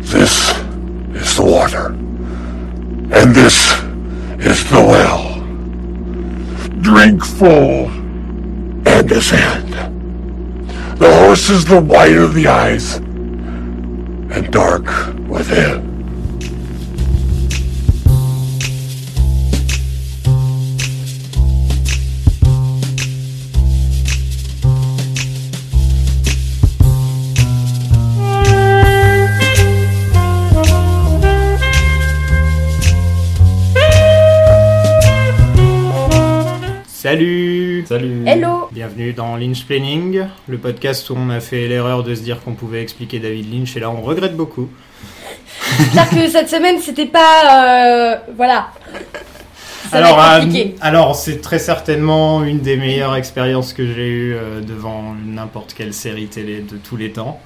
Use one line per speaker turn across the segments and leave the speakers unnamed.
This is the water. And this is the well. Drink full and ascend. The horse is the white of the eyes and dark within.
Salut
Salut
Hello
Bienvenue dans Lynch Planning, le podcast où on a fait l'erreur de se dire qu'on pouvait expliquer David Lynch et là on regrette beaucoup.
J'espère que cette semaine c'était pas. euh, voilà. Ça va
alors
être
euh,
compliqué.
alors, c'est très certainement une des meilleures expériences que j'ai eues euh, devant n'importe quelle série télé de tous les temps.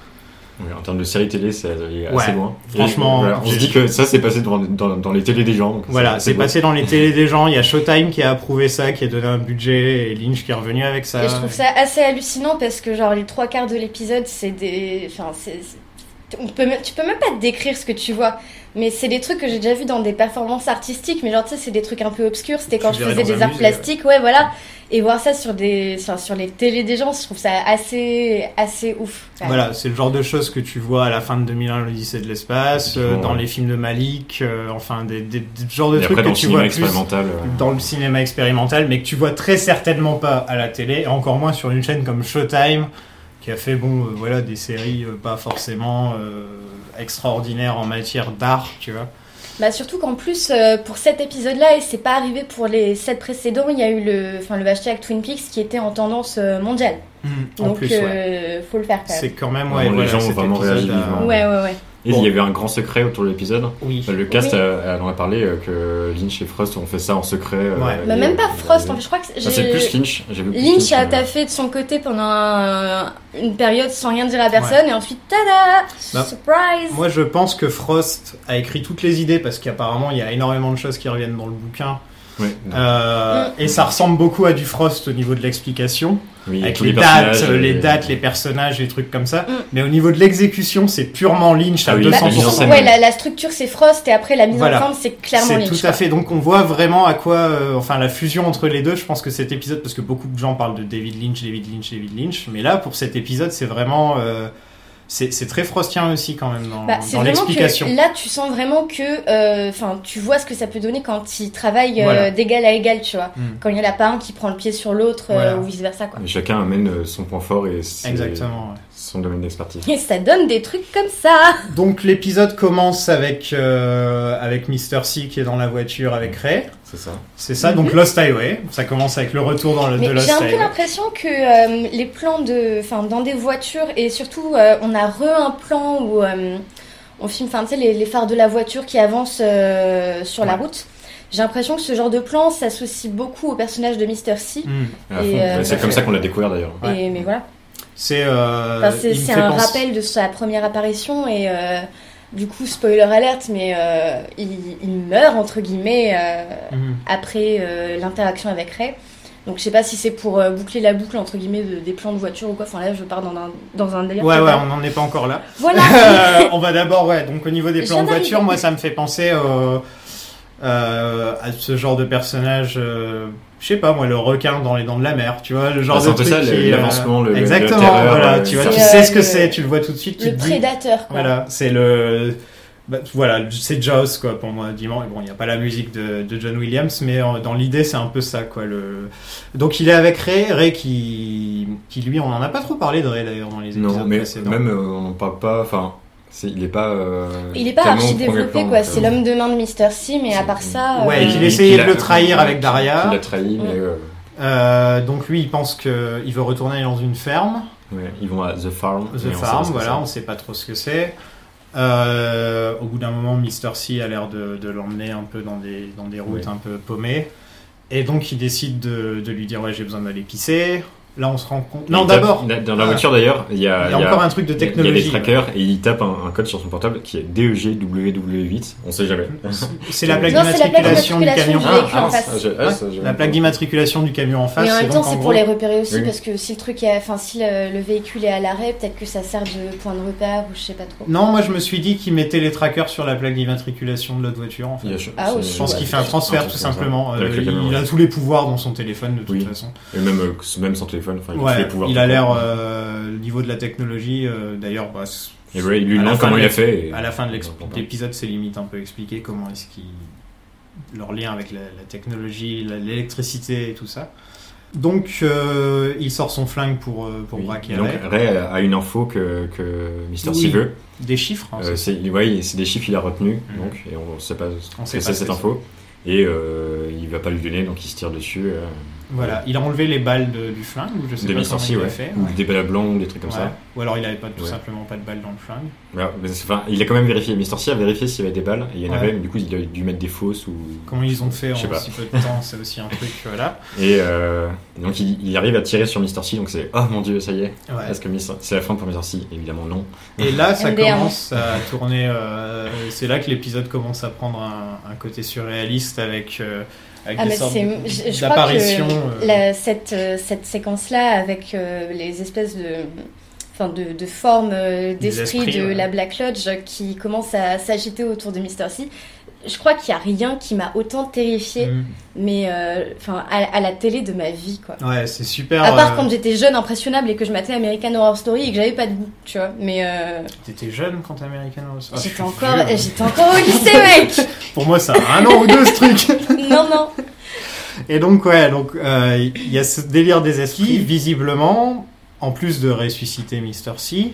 Oui, En termes de série télé, c'est allé
Ouais,
assez loin.
franchement,
Et, voilà, on se
j'ai-
dit que ça, c'est passé dans, dans, dans les télés des gens. donc
Voilà, c'est
beau.
passé dans les télés des gens, il y a Showtime qui a approuvé ça, qui a donné un budget et Lynch qui est revenu avec ça.
Et je trouve ça assez hallucinant parce que, genre, les trois quarts de l'épisode, c'est des. Enfin, c'est. c'est- On peut, même- tu peux même pas te décrire ce que tu vois, mais c'est des trucs que j'ai déjà vu dans des performances artistiques, mais genre tu sais, c'est des trucs un peu obscurs. C'était quand
Tu
je
verrais dans
faisais
un
des arts
musée, ouais.
plastiques, ouais, voilà. Et voir ça sur des, enfin, sur les télés des gens, je trouve ça assez, assez ouf. Enfin,
Voilà, c'est le genre de choses que tu vois à la fin de 2001, l'Odyssée de l'espace, euh,
Effectivement,
dans
ouais.
les films de Malik, euh, enfin des, des, des genres de
Et
trucs
après, dans
que
le
tu vois
cinéma
plus
expérimental. euh,
dans le cinéma expérimental, mais que tu vois très certainement pas à la télé, et encore moins sur une chaîne comme Showtime, qui a fait bon, euh, voilà, des séries euh, pas forcément euh, extraordinaires en matière d'art, tu vois.
Bah surtout qu'en plus euh, pour cet épisode-là et c'est pas arrivé pour les sept précédents, il y a eu le, enfin le hashtag Twin Peaks qui était en tendance euh, mondiale.
En
Donc
plus, ouais.
euh, faut le faire quand même.
c'est quand même
Bon,
ouais,
les
voilà,
gens ont
cet
vraiment
épisode,
réagi
euh,
vivement.
Ouais ouais ouais.
Et
Bon.
il y avait un grand secret autour de l'épisode.
Oui.
Le cast
Oui.
euh, elle en a parlé euh, que Lynch et Frost ont fait ça en secret. euh,
Ouais.
Bah
et-
même pas Frost,
et-
en fait, je crois
Bah,
que
Ah, c'est plus
j'ai
Lynch. J'ai vu plus
Lynch a
euh,
taffé de son côté pendant un- une période sans rien dire à personne et ensuite tada
Bah,
surprise.
Moi, je pense que Frost a écrit toutes les idées parce qu'apparemment, il y a énormément de choses qui reviennent dans le bouquin.
ouais, non.
Euh,
Mm.
Et ça ressemble beaucoup à du Frost au niveau de l'explication,
Oui,
avec
tous
les,
personnages,
dates,
euh,
les dates, les personnages, les trucs comme ça.
Mm.
Mais au niveau de l'exécution, c'est purement Lynch à
Ah oui,
Bah,
200%.
mise en scène.
ouais, la, la structure c'est Frost et après la mise
Voilà.
en scène c'est clairement
C'est
Lynch.
tout à fait. Donc on voit vraiment à quoi, euh, enfin la fusion entre les deux. Je pense que cet épisode, parce que beaucoup de gens parlent de David Lynch, David Lynch, David Lynch, mais là pour cet épisode, c'est vraiment, euh, c'est c'est très frostien aussi quand même dans,
Bah,
dans
c'est vraiment
l'explication.
que là tu sens vraiment que euh, enfin tu vois ce que ça peut donner quand ils travaillent euh,
Voilà.
d'égal à égal tu vois
Mm.
quand il y en a pas un qui prend le pied sur l'autre euh,
Voilà.
ou vice versa quoi
Et Chacun amène euh, son point fort et ses-
Exactement. ouais.
son domaine d'expertise.
et ça donne des trucs comme ça
Donc l'épisode commence avec euh, avec Mr C qui est dans la voiture avec Ray.
C'est ça.
C'est ça. Donc Lost Highway. Ça commence avec le retour dans le,
Mhm. mais
de Lost
j'ai un peu
Highway.
l'impression que euh, les plans de enfin dans des voitures et surtout euh, on a re un plan où euh, on filme enfin tu sais les, les phares de la voiture qui avancent euh, sur la
Ouais.
route j'ai l'impression que ce genre de plan s'associe beaucoup au personnage de Mr.
Hmm.
C. Et,
Et à fond.
euh,
Ouais, c'est
tout à
comme
fait.
ça qu'on l'a découvert d'ailleurs.
Ouais.
Et, mais voilà.
C'est euh,
Enfin, c'est
il me
c'est
fait
un
penser-
rappel de sa première apparition et euh, du coup, spoiler alerte, mais euh, il, il meurt entre guillemets euh,
Hmm.
après euh, l'interaction avec Ray. Donc je sais pas si c'est pour euh, boucler la boucle entre guillemets de- des plans de voiture ou quoi. Enfin là, je pars dans un, dans un délire.
Ouais ouais,
total.
on n'en est pas encore là.
Voilà.
Euh, on va d'abord, ouais, donc au niveau des
Ah, Je
plans de
viens
voiture,
d'arriver.
moi ça me fait penser euh, euh, à ce genre de personnage, euh, je sais pas moi, le requin dans les dents de la mer, tu vois, le genre
Ah, c'est
de
un peu
truc
ça, le-
qui, euh,
l'avancement, le-
Exactement,
la terreur,
voilà,
euh,
tu vois,
c'est,
tu
euh,
sais ce que
le-
c'est, tu le vois tout de suite, tu te
le
dis,
prédateur. Quoi.
voilà, c'est le... bah, voilà, c'est Jaws quoi pour moi, dimanche. Bon, il n'y a pas la musique de, de John Williams, mais euh, dans l'idée c'est un peu ça quoi. Le... Donc il est avec Ray, Ray qui, qui lui, on en a pas trop parlé de Ray d'ailleurs dans les épisodes
Non, mais
précédents.
même euh, on n'en parle pas. Enfin, c'est- il est pas. euh,
Il est pas
tellement au
archi
premier
développé
plan,
quoi.
donc,
C'est
euh,
l'homme de main de Mr. C, mais à part ça.
Ouais,
euh,
qu'il
il-
essayait
il
de le
a-
trahir
ouais,
avec
qu'il-
Daria.
qu'il l'a trahi, mais euh,
Euh, donc lui, il pense que il veut retourner dans une ferme,
ouais, ils vont à The Farm. mais on
The
sait pas
Farm,
ce que
voilà, on sait pas trop ce que c'est. Euh, au bout d'un moment, Mr. C a l'air de, de l'emmener un peu dans des, dans des routes
Oui.
un peu paumées. Et donc, il décide de, de lui dire Ouais, j'ai besoin d'aller pisser. Là, on se rend compte. Non,
Il tape-
d'abord,
il a- Dans la
Ah.
voiture d'ailleurs, il y a,
il y a encore un truc de
il y a des
technologie.
trackers et il tape un, un code sur son portable qui est E DEGWW8. On sait jamais.
C'est la plaque
Non, c'est la plaque
d'immatriculation du
d'immatriculation
camion.
du véhicule en face.
ah, je- ah,
Ouais,
ça, je-
La plaque d'immatriculation du camion en face.
Mais en même
donc
temps, c'est
gros-
pour les repérer aussi,
Oui.
parce que si le truc est, enfin, si le, le véhicule est à l'arrêt, peut-être que ça sert de point de repère ou je sais pas trop.
Non, moi je me suis dit qu'ils mettaient les trackers sur la plaque d'immatriculation de l'autre voiture. En fait.
Il y a- je-
Ah, ouais,
c'est-
Je pense qu'il fait un transfert tout
truc comme ça.
simplement.
Avec
Euh,
le camion,
il a
ouais.
tous les pouvoirs dans son téléphone de toute
Oui.
façon.
Et même, euh, ce- même sans téléphone, enfin, il a
Ouais,
tous les pouvoirs.
il a l'air euh, le niveau de la technologie. euh, D'ailleurs, bah, c-
Et ouais, il lui
à la
demande
fin
comment
de
il a
l'ép-
fait. et-
à la fin de l'ex-
Il répond pas.
l'épisode, c'est limite un peu expliqué comment est-ce qu'ils leur lien avec la, la technologie, la- l'électricité et tout ça. Donc, euh, il sort son flingue pour euh, pour
Oui.
braquer
Et Donc
Ray.
Ray a a une info que, que Mister
Oui.
C veut.
des chiffres. hein,
Euh,
c'est-
c'est ouais, c'est des chiffres qu'il a retenus,
Mhm.
donc, et on ne sait pas
On
ce
sait pas
que c'est
ce que
cette
c'est.
info. Et euh, il va pas lui donner, donc il se tire dessus. Euh,
Voilà, il a enlevé les balles de- du flingue ou je sais
des
pas
missiles,
comment il
si,
l'a
ouais.
fait.
Ou
ouais.
des balles blancs, des trucs comme
Ouais.
ça.
Ou alors il avait pas tout
Ouais.
simplement pas de balles dans le flingue.
Voilà, mais c'est- enfin, il a quand même vérifié. Mister C a vérifié s'il y avait des balles, et il y en
Ouais.
avait, mais du coup, il a dû mettre des fausses ou.
Comment ils ont fait en
Je sais pas.
si peu de temps, c'est aussi un truc euh, là.
Et euh, donc il, il arrive à tirer sur Mister C, donc c'est oh mon dieu, ça y est.
Ouais.
Est-ce que Mr. c'est la fin pour Mister C Évidemment non.
Et là, ça
MDR.
commence à tourner. euh, c'est là que l'épisode commence à prendre un, un côté surréaliste avec, euh, avec
Ah,
des
mais
sortes
c'est. Je, je crois
d'apparitions.
que
euh,
la- cette, euh, cette séquence-là, avec euh, les espèces de. Enfin, de, de formes euh,
Des
d'esprit
esprits,
de
ouais.
la Black Lodge qui commence à s'agiter autour de Mister C. Je crois qu'il n'y a rien qui m'a autant terrifiée,
mm.
mais euh, enfin, à, à la télé de ma vie, quoi.
Ouais, c'est super.
À part
euh,
quand j'étais jeune, impressionnable et que je matais American Horror Story et que j'avais pas de goût, tu vois. Mais euh,
T'étais jeune quand American Horror Story. Ah, je suis
j'étais encore,
vieux.
j'étais encore au lycée, mec.
Pour moi, ça a un an ou deux ce truc.
non, non.
Et donc, ouais, donc euh, il y a ce délire des esprits, qui, visiblement, en plus de ressusciter Mister C,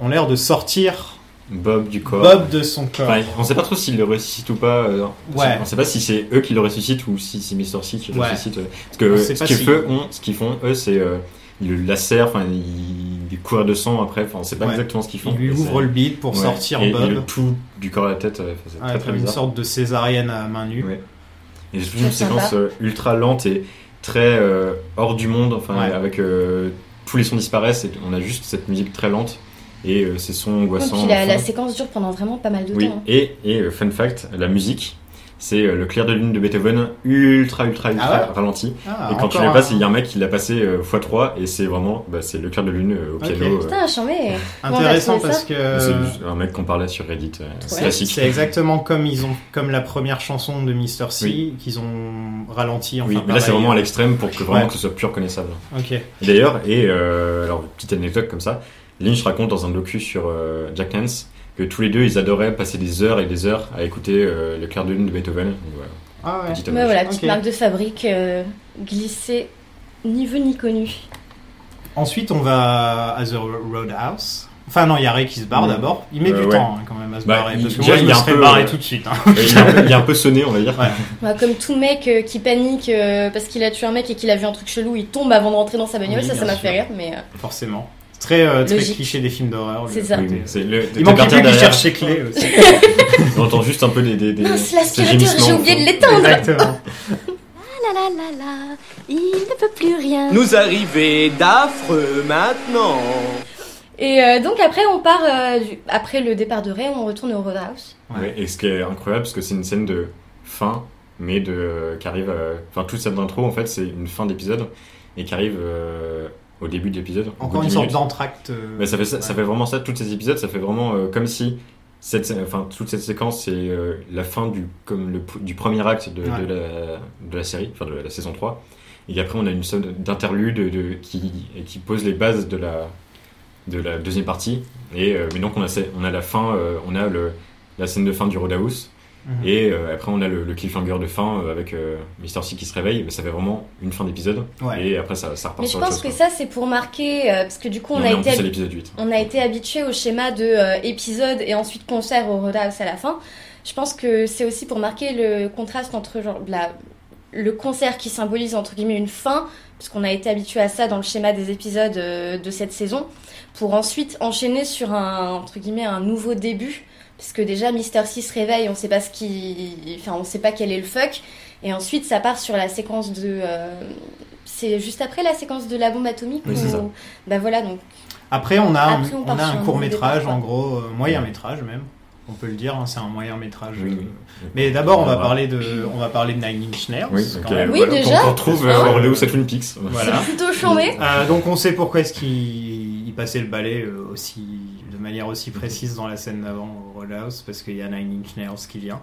ont l'air de sortir
Bob du corps.
Bob de son corps.
Enfin, on sait pas trop s'il le ressuscite ou pas. euh,
Ouais.
On sait pas si c'est eux qui le ressuscitent ou si c'est Mister C qui le
Ouais.
ressuscite. euh, Parce
On
que
sait
ce
pas
qu'ils
si-
font, on- ce qu'ils font, eux, c'est euh, ils le lacèrent, enfin ils ils courent de sang après. Enfin, on sait pas
Ouais.
exactement ce qu'ils font.
Il lui
Et
ouvre
c'est-
le bide pour
ouais.
sortir
et,
Bob.
Et le tout du corps à la tête, euh, enfin, c'est
Ouais,
très
comme
très
une
bizarre.
sorte de césarienne à main nue.
Ouais. Et c'est
C'est
une séquence
sympa.
euh, ultra lente et très euh, hors du monde. Enfin,
Ouais.
avec euh, tous les sons disparaissent et on a juste cette musique très lente et euh, ces sons
Donc
angoissants.
puis la,
en
la
fond.
séquence dure pendant vraiment pas mal de
Oui,
temps. hein.
et, et euh, fun fact, la musique, c'est euh, le clair de lune de Beethoven ultra ultra ultra
Ah
ralenti.
Ah,
et quand tu
encore
le
un-
passes, il y a un mec qui l'a passé euh, x3 et c'est vraiment bah, c'est le clair de lune euh, au
Ok.
piano. euh,
Putain, j'en mets.
Intéressant
Comment on a trouvé
parce
bah, ça
c'est
que
du- un mec qu'on parlait sur Reddit, euh, c'est
Ouais.
classique.
Euh. c'est exactement comme ils ont comme la première chanson de Mister C
Oui.
qu'ils ont ralenti. Enfin,
Oui, mais là c'est
pareil.
vraiment à l'extrême pour que vraiment
Ouais.
que ce soit plus reconnaissable.
Ok.
Et D'ailleurs, et euh, alors petite anecdote comme ça, Lynch raconte dans un docu sur euh, Jack Nance que tous les deux ils adoraient passer des heures et des heures à écouter euh, le clair de lune de Beethoven. Donc, voilà,
Ah ouais.
petit
Mais
hommage.
voilà, petite
Ok.
marque de fabrique euh, glissée, ni vu ni connue.
Ensuite, on va à The Roadhouse. Enfin non, il y a Ray qui se barre
Mm.
d'abord. Il met
Euh,
du
ouais.
temps hein, quand même à se
Bah,
barrer.
il-
Parce que
déjà,
moi, je
il
me
est un
serais
peu,
barré
euh,
tout de suite. hein.
il, est un peu- il est un peu sonné, on va dire.
Bah, comme tout mec euh, qui panique euh, parce qu'il a tué un mec et qu'il a vu un truc chelou, il tombe avant de rentrer dans sa bagnole.
Oui,
ça, ça
bien
m'a
sûr.
fait rire, mais euh,
Forcément. C'est Très euh, très
Logique.
cliché des films d'horreur. le-
C'est ça.
Oui, oui, c'est le-
Il manquait
t'es
plus qu'il
derrière,
cherche ses clés. aussi.
On entend juste un peu des. des, des
mince,
ces
l'aspirateur,
gémissements
j'ai
au
oublié de
fond.
l'éteindre.
Exactement.
La la la la, il ne peut plus rien.
Nous arrivait d'affreux maintenant.
Et euh, donc après, on part euh, du- après le départ de Ray, on retourne au Roadhouse.
Ouais.
Ouais, et ce qui est incroyable, parce que c'est une scène de fin, mais de qui arrive. euh, Enfin, toute cette intro, en fait, c'est une fin d'épisode et qui arrive euh, au début de l'épisode. au bout
Encore
de
une
10
sorte
minutes.
d'entracte. euh,
Mais ça fait ça,
ouais.
ça fait vraiment ça. Tous ces épisodes, ça fait vraiment euh, comme si cette, scè- enfin, toute cette séquence, c'est euh, la fin du comme le p- du premier acte de,
Ouais.
de la de la série, enfin de la, la saison 3 Et après, on a une sorte d'interlude de, qui et qui pose les bases de la de la deuxième partie. Et euh, mais donc on a ce- on a la fin, euh, on a le la scène de fin du Roadhouse.
Mhm.
Et euh, après, on a le, le cliffhanger de fin euh, avec euh, Mister C qui se réveille, mais ça fait vraiment une fin d'épisode.
Ouais.
Et après, ça, ça repart
Mais je
sur
pense
autre
que
chose.
ça, c'est pour marquer, euh, parce que du coup,
quoi.
on
Et
a
on est en
été
plus à
habitué
l'épisode 8.
on a été habitué au schéma de euh, épisode et ensuite concert au Roadhouse à la fin. Je pense que c'est aussi pour marquer le contraste entre genre la- le concert qui symbolise entre guillemets une fin, puisqu'on a été habitué à ça dans le schéma des épisodes euh, de cette saison, pour ensuite enchaîner sur un entre guillemets un nouveau début, puisque déjà Mister C se réveille, on sait pas ce qui, enfin on sait pas quel est le fuck, et ensuite ça part sur la séquence de euh, c'est juste après la séquence de la bombe atomique.
Oui, c'est
où-
ça.
Bah voilà, donc
Après, on a, un-
Après, on
on
part
a
sur
un
un
court métrage,
départ,
en gros, euh, moyen métrage même. On peut le dire, hein, c'est un moyen métrage. euh.
Oui, oui.
Mhm. Mais d'abord, on va
Voilà.
parler de, on va parler de Nine Inch Nails.
Oui,
quand
ok,
même.
Oui,
voilà,
déjà.
qu'on retrouve euh,
Ah.
Orléans Seven Olympics.
Voilà.
c'est plutôt chambé.
Euh, donc, on sait pourquoi est-ce qu'il il passait le balai euh, aussi, de manière aussi précise dans la scène d'avant au Rollhouse, parce qu'il y a Nine Inch Nails qui vient.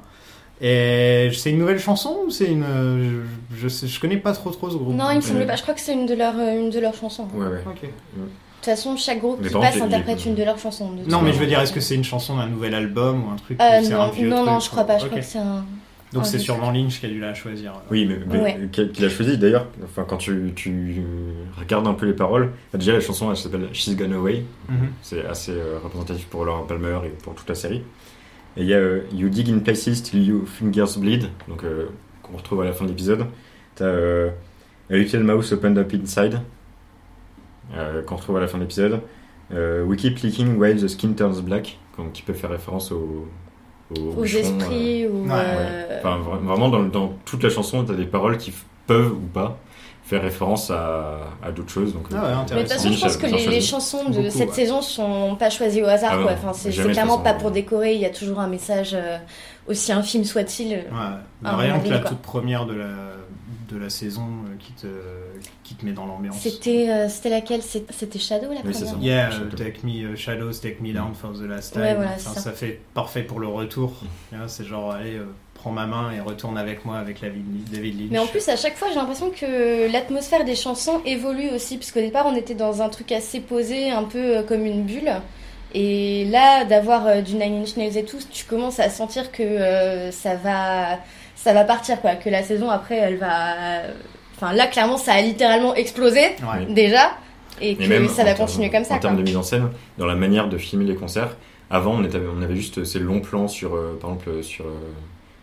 Et c'est une nouvelle chanson ou c'est une, euh, je, je, sais- je connais pas trop trop ce groupe.
Non, il me
Donc,
semble
Euh.
pas. Je crois que c'est une de leurs euh, une de leurs chansons. De
Ouais, ouais.
ok.
toute façon, chaque groupe
Mais
qui
par contre,
passe
il- il-
interprète une de leurs chansons. de toute
Non, mais je
façon.
veux dire, est-ce que c'est une chanson d'un nouvel album ou un truc
Euh,
ou c'est un
non,
vieux
non,
truc,
non, je crois pas. Je crois
Ok.
que c'est un.
Donc
Ah,
c'est
oui.
sûrement Lynch qui a dû la choisir. alors.
Oui, mais, mais
Ouais.
qu'il qu'il a choisi d'ailleurs, enfin, quand tu, tu regardes un peu les paroles, déjà la chanson elle s'appelle She's Gone Away,
Mhm.
c'est assez euh, représentatif pour Laura Palmer et pour toute la série. Et il y a euh, You Dig in Places Till Your Fingers Bleed, donc euh, qu'on retrouve à la fin de l'épisode. T'as euh, A Little Mouse Opened Up Inside, euh, qu'on retrouve à la fin de l'épisode. Euh, We Keep Licking While the Skin Turns Black, donc, qui peut faire référence au, au
Aux
bûcheron, euh,
esprits ou.
Ouais,
euh,
Enfin, vra- vraiment, dans, dans toute la chanson, tu as des paroles qui f- peuvent ou pas faire référence à, à d'autres choses. Donc,
Ah ouais,
euh,
Mais de toute
intéressant.
façon, je pense que les, les
choisis.
chansons de
Beaucoup,
cette
ouais.
saison sont pas choisies au hasard.
Ah
quoi.
non,
Enfin, c'est
jamais hein.
c'est
de
clairement
toute
pas
façon,
pour
ouais.
décorer. Il y a toujours un message, euh, aussi infime soit-il.
Ouais, mais
Ah,
rien
on
que la
arrive, quoi.
toute première de la, de la saison euh, qui, te, qui te met dans l'ambiance.
C'était euh, c'était laquelle C'est- C'était Shadow la
Oui, c'est
première.
ça.
Yeah, euh,
Shadow.
Take Me uh, Shadows, Take Me Down for the Last Time.
Ouais, voilà,
Enfin,
c'est ça.
ça fait parfait pour le retour. Hein, C'est genre, allez, euh, prends ma main et retourne avec moi avec la vie de David Lynch.
Mais en plus, à chaque fois, j'ai l'impression que l'atmosphère des chansons évolue aussi, parce qu'au départ, on était dans un truc assez posé, un peu euh, comme une bulle. Et là, d'avoir euh, du Nine Inch Nails et tout, tu commences à sentir que euh, ça va, ça va partir, quoi. Que la saison après, elle va, enfin là, clairement, ça a littéralement explosé
Ouais.
déjà, et que
Et même
ça
en
va
termes-
continuer comme ça.
En termes
quoi.
de mise en scène, dans la manière de filmer les concerts, avant, on, était- on avait juste ces longs plans sur, euh, par exemple, euh, sur, euh,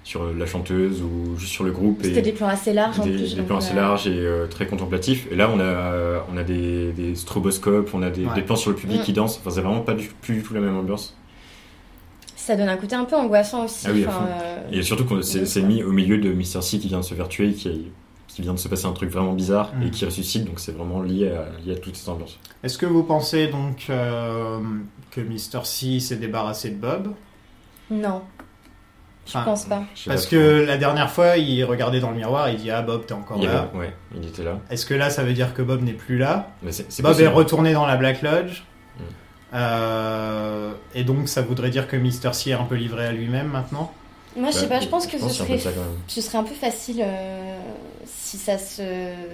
sur euh, la chanteuse ou juste sur le groupe. et-
C'était des plans assez larges en
des,
plus.
des
donc,
plans assez
euh,
larges et euh, très contemplatifs. Et là, on a, euh, on a des, des stroboscopes, on a des,
Ouais.
des plans sur le public
Mm.
qui danse. Enfin, c'est vraiment pas du, plus du tout la même ambiance.
Ça donne un côté un peu angoissant aussi.
Ah oui, à
enfin,
fond.
euh,
Et surtout qu'on c'est c'est mis au milieu de Mr. C qui vient de se faire tuer, qui, qui vient de se passer un truc vraiment bizarre
Mm.
et qui ressuscite, donc c'est vraiment lié à, lié à toute cette ambiance.
Est-ce que vous pensez donc euh, que Mr. C s'est débarrassé de Bob
Non, je
Enfin,
pense pas.
Je sais
Parce
pas
que la dernière fois, il regardait dans le miroir et il dit Ah, Bob, t'es
trop.
encore
il,
là.
avait- ouais, il était là.
Est-ce que là, ça veut dire que Bob n'est plus là
Mais c'est- c'est
Bob
possible.
est retourné dans la Black Lodge.
Mm.
Euh, et donc, ça voudrait dire que Mr. C est un peu livré à lui-même maintenant.
Moi, je sais
Ouais,
pas, je pense que ce
c'est un
serait,
peu ça, quand même.
ce serait un peu facile euh, si ça se,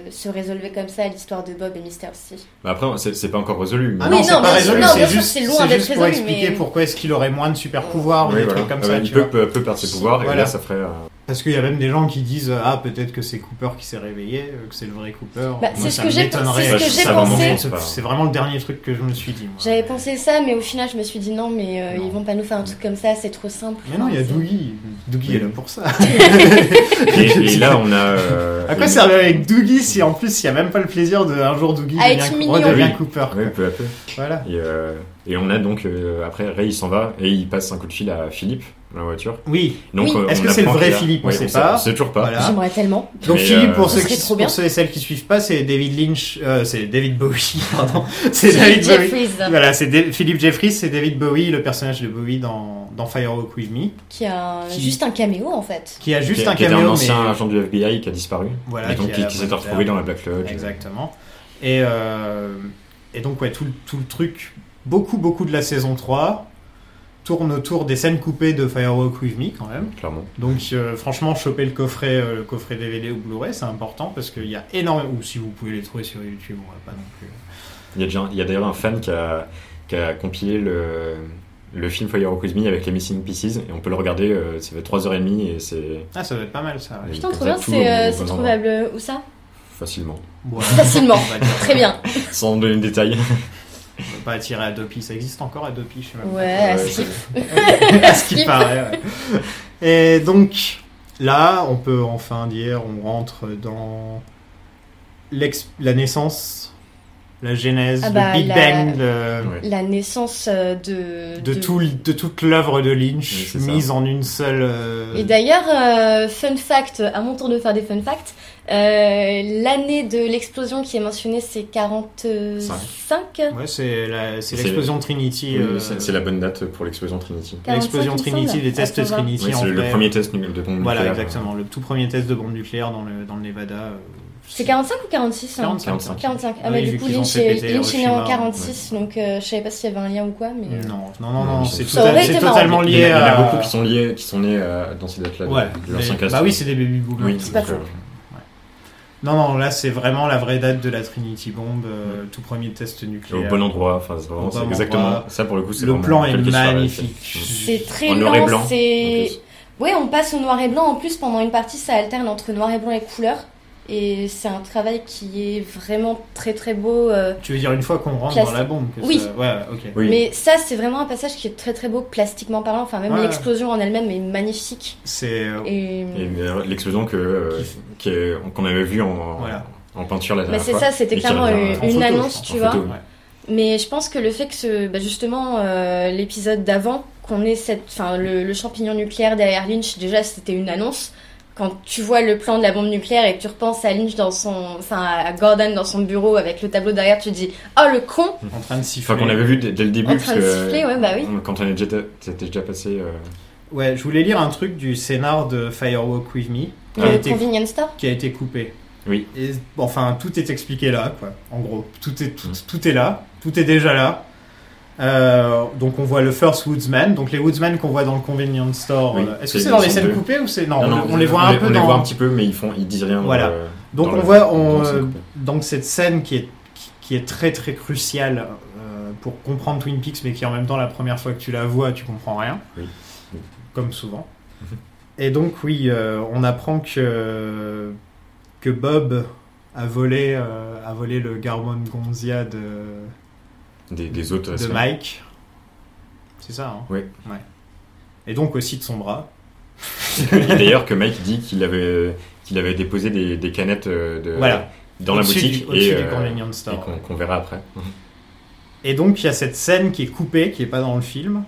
se résolvait comme ça, l'histoire de Bob et Mister C.
Bah Après, c'est c'est pas encore résolu.
Ah non,
c'est
non,
pas
bien sûr,
résolu,
non, bien
c'est
sûr,
juste,
c'est loin
c'est
d'être
juste pour
résolu,
expliquer
mais-
pourquoi est-ce qu'il aurait moins de super pouvoirs ou
Oui,
des
voilà.
trucs comme
Ah
ça.
bah, il
tu
peut,
vois.
peut- peut perdre ses pouvoirs et
Voilà.
là, ça ferait. euh,
Parce qu'il y a même des gens qui disent Ah, peut-être que c'est Cooper qui s'est réveillé, euh, que c'est le vrai Cooper.
Bah, c'est
Moi,
ce
ça
que j'ai-
m'étonnerait.
c'est ce
que j'ai
Ça,
pensé.
vraiment, c'est- C'est vraiment le dernier truc que je me suis dit. moi.
J'avais pensé ça, mais au final, je me suis dit non, mais euh,
Non.
ils vont pas nous faire un truc comme ça, c'est trop simple.
Mais non, il y a
Enfin,
Doogie. Doogie
Oui.
est là pour ça.
et, et là, on a. euh,
À quoi
et-
servir avec Doogie si en plus il n'y a même pas le plaisir de un jour Doogie
À être
devient-
mignon.
redevient
Oui.
Cooper
Ouais, peu à peu.
Voilà.
Et, euh, et on a donc euh, après Ray il s'en va et il passe un coup de fil à Philippe dans la voiture.
Oui.
Donc,
Oui.
euh,
Est-ce
on
que c'est le
apprend
vrai
qu'il a-
Philippe On sait
sait-
pas.
On sait toujours pas.
Voilà.
Ah. J'aimerais tellement.
Donc
Mais,
Philippe,
euh,
pour
Ce
ceux, qui,
serait trop bien.
pour ceux et celles qui suivent pas, c'est David Lynch, euh, c'est David Bowie, pardon. C'est
Philippe
David Bowie.
Jeffries,
Voilà, c'est Da- Philippe Jeffries, c'est David Bowie, le personnage de Bowie dans, dans Firewalk With Me,
qui a un-
Qui-
juste un caméo en fait.
qui a juste
qui,
un
qui était
caméo,
un ancien
mais
agent du FBI qui a disparu.
Voilà,
et donc
qui a
qui,
la
qui s'est
bonne
retrouvé
terre.
dans la Black Lodge.
exactement. Et euh, et donc ouais, tout le- tout le truc, beaucoup beaucoup de la saison 3 tourne autour des scènes coupées de Firewalk With Me quand même.
Clairement.
Donc euh, franchement, choper le coffret, euh, le coffret DVD ou Blu-ray, c'est important parce qu'il y a énormément. Ou si vous pouvez les trouver sur YouTube, on va pas non plus.
Il y a, déjà un- il y a d'ailleurs un fan qui a, qui a compilé le, le film Fire Walk With Me avec les Missing Pieces et on peut le regarder, euh, ça fait 3h30 et c'est
Ah, ça va être pas mal ça. ouais.
Putain,
Comme
trop
ça,
bien,
tout
c'est euh,
au-
c'est
aux endroits.
trouvable. Où ça
facilement.
Bon,
Facilement.
on va dire.
Très bien.
Sans donner de détails.
On peut pas attirer Adopi, ça existe encore Adopi, je sais même
Ouais,
Ouais,
à
c'est-
skip.
pas. À ce qui
Skip.
paraît. ouais. Et donc là, on peut enfin dire, on rentre dans l'ex- la naissance, la genèse,
Ah bah,
le Big
la-
Bang, le-
Ouais.
La naissance euh, de.
de, tout, de toute l'œuvre de Lynch
Oui, c'est ça.
mise en une seule. euh,
Et d'ailleurs, euh, fun fact, à mon tour de faire des fun facts, euh, l'année de l'explosion qui est mentionnée, c'est 45
Ouais, c'est la- c'est
C'est-
l'explosion Trinity.
Oui,
euh,
c'est c'est la bonne date pour l'explosion Trinity.
L'explosion
45, il me
Trinity,
semble.
les tests
Attends,
Trinity
Oui,
en
c'est le
vrai.
premier test nu- de bombe
Voilà,
nucléaire.
exactement. Le tout premier test de bombe nucléaire dans le, dans le Nevada. euh,
C'est 45 ou 46 hein
45.
45. Ah,
Oui,
mais
vu
du coup,
qu'ils ont
Lynch
fait
est,
péter
Lynch est né en
Hiroshima,
46, donc euh, je savais pas s'il y avait un lien ou quoi, mais. euh,
Non, non, non, non,
Non,
c'est
ça
tout à-
aurait
c'est
été
totalement
marrant.
Il y,
lié
en a- il y en a
à.
beaucoup qui sont liés, qui sont nés euh, dans ces dates-là. de-
Ouais,
de
mais-
l'ancien
bah
castre.
oui, c'est hein. des baby boomers.
Oui,
C'est pas
donc, euh,
faux.
Non, non, là, c'est vraiment la vraie date de la Trinity Bomb, euh, tout premier test
au
nucléaire.
bon endroit. Enfin, c'est vraiment-
euh, Au bon
c'est
endroit.
exactement. Ça, pour le coup, c'est
Le
vraiment
plan est
quelque chose à réaliser.
magnifique.
C'est très
En noir et
lent,
blanc.
c'est.
en plus.
Ouais, on passe au noir et blanc. En plus, pendant une partie, ça alterne entre noir et blanc et couleur. Et c'est un travail qui est vraiment très très beau. euh,
Tu veux dire une fois qu'on rentre
Classe-
dans la bombe que
Oui.
ça- Ouais, ok.
Oui.
Mais ça, c'est vraiment un passage qui est très très beau plastiquement parlant. Enfin, même
Ouais.
l'explosion en elle-même est magnifique.
C'est. euh,
Et...
Et euh, l'explosion que euh, qui est- qu'on avait vue en,
Voilà.
en peinture la
Mais
dernière
c'est
fois.
ça, c'était
Et qui
clairement
revient
une,
en
une
photo,
annonce,
en
tu
photo.
vois.
ouais.
Mais je pense que le fait que ce, bah, justement euh, l'épisode d'avant, qu'on ait cette, enfin le, le champignon nucléaire derrière Lynch, déjà c'était une annonce. Quand tu vois le plan de la bombe nucléaire et que tu repenses à Lynch dans son, enfin à Gordon dans son bureau avec le tableau derrière, tu te dis oh le con.
En train de siffler.
Enfin, qu'on avait vu dès, dès le début.
En train
parce
de
que,
siffler, ouais, bah oui.
on- Quand on est déjà, c'était déjà passé. euh,
Ouais, je voulais lire un truc du scénar de Firewalk With Me qui, a,
Le
été,
convenience store.
qui a été coupé.
Oui.
Et, enfin, tout est expliqué là, quoi. En gros, tout est,
Mm.
tout, tout est là, tout est déjà là. Euh, donc on voit le First Woodsman, donc les Woodsmen qu'on voit dans le convenience store.
Oui,
euh, Est-ce que
c'est-
c'est dans
ils
les
sont
scènes
deux.
coupées ou c'est non,
non,
on-
non,
on, les voit un peu
on les
dans.
voit un petit peu, mais ils font, ils disent rien. dans
Voilà.
le-
Donc
dans
on
le-
voit
dans
on,
le-
euh, donc cette scène qui est, qui- qui est très très cruciale euh, pour comprendre Twin Peaks, mais qui en même temps la première fois que tu la vois, tu comprends rien,
Oui. Mhm.
comme souvent. Et donc oui, euh, on apprend que que Bob a volé euh, a volé le Garmon Gonzia de,
des, des autres.
de
semaines.
Mike. C'est ça. Hein
Oui.
Ouais. Et donc aussi de son bras.
Et D'ailleurs, que Mike dit qu'il avait, qu'il avait déposé des, des canettes euh, de,
Voilà.
dans la
Au-dessus
boutique
du- au-dessus
et,
du
euh,
convenience
et
store.
qu'on qu'on verra après.
Et donc il y a cette scène qui est coupée, qui est pas dans le film,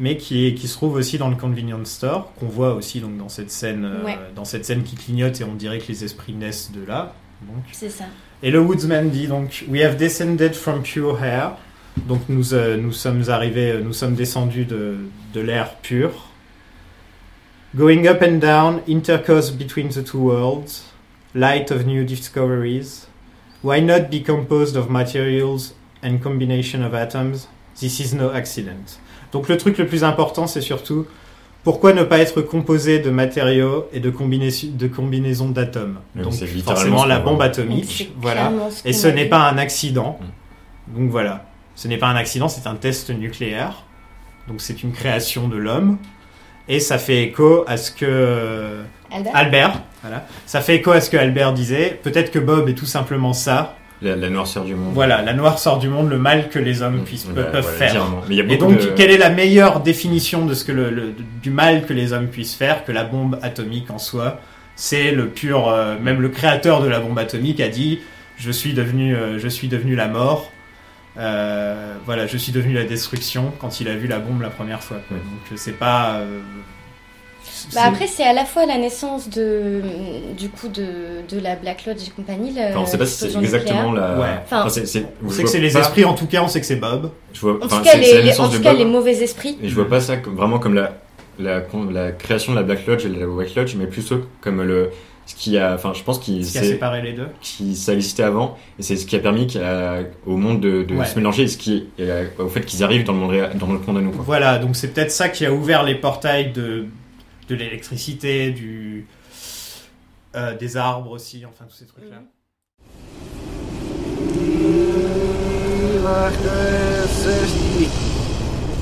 mais qui, est, qui se trouve aussi dans le convenience store, qu'on voit aussi donc dans cette scène, euh,
Ouais.
dans cette scène qui clignote et on dirait que les esprits naissent de là. Donc.
C'est ça.
Et le woodsman dit donc We have descended from pure air. Donc nous, euh, nous sommes arrivés, euh, nous sommes descendus de, de l'air pur. Going up and down, intercourse between the two worlds, light of new discoveries. Why not be composed of materials and combination of atoms? This is no accident. Donc le truc le plus important, c'est surtout pourquoi ne pas être composé de matériaux et de, combinais- de combinaisons d'atomes.
Oui,
Donc
c'est littéralement
forcément
ce
la
qu'on voit.
bombe
Donc, c'est
atomique, voilà.
clairement ce
Et
qu'on
ce
a
n'est
vu.
pas un accident. Donc voilà, ce n'est pas un accident, c'est un test nucléaire. Donc c'est une création de l'homme. Et ça fait écho à ce que
Albert.
Albert, voilà, ça fait écho à ce que Albert disait. Peut-être que Bob est tout simplement ça.
La, la noirceur du monde. Mm.
Voilà, la noirceur du monde, le mal que les hommes puissent,
Voilà,
peuvent peuvent
voilà,
faire.
clairement. Mais il y a
Et
beaucoup
donc,
de-
quelle est la meilleure définition de ce que le, le- du mal que les hommes puissent faire que la bombe atomique en soi C'est le pur, euh, même le créateur de la bombe atomique a dit je suis devenu, euh, je suis devenu la mort. euh, voilà, je suis devenu la destruction quand il a vu la bombe la première fois. quoi.
Ouais.
Donc euh, c'est pas. euh, c'est-
Bah après, c'est à la fois la naissance de, du coup, de, de la Black Lodge et compagnie. le-
Enfin, on ne sait pas si c'est
l'explosion nucléaire.
exactement la.
Ouais.
Enfin,
c'est, c'est-
on
je
sait que
vois
c'est les
pas-
esprits. En tout cas, on sait que c'est Bob.
Je vois,
En
enfin,
tout cas,
c'est- c'est la
les, les-
naissance
en
de
tout cas,
Bob.
les mauvais esprits.
Et je vois pas ça comme- vraiment comme la, la, con- la création de la Black Lodge et de la White Lodge, mais plutôt comme le ce qui a, enfin, je pense qu'il
Ce qui a
c'est-
séparé les deux.
qui ça existait avant et c'est ce qui a permis qu'à- au monde de, de
Ouais.
se mélanger et ce qui et, euh, au fait qu'ils arrivent dans le monde réel- dans notre monde à nous. Quoi.
Voilà, donc c'est peut-être ça qui a ouvert les portails de, de l'électricité, du, euh, des arbres aussi, enfin tous ces trucs-là.
Mhm.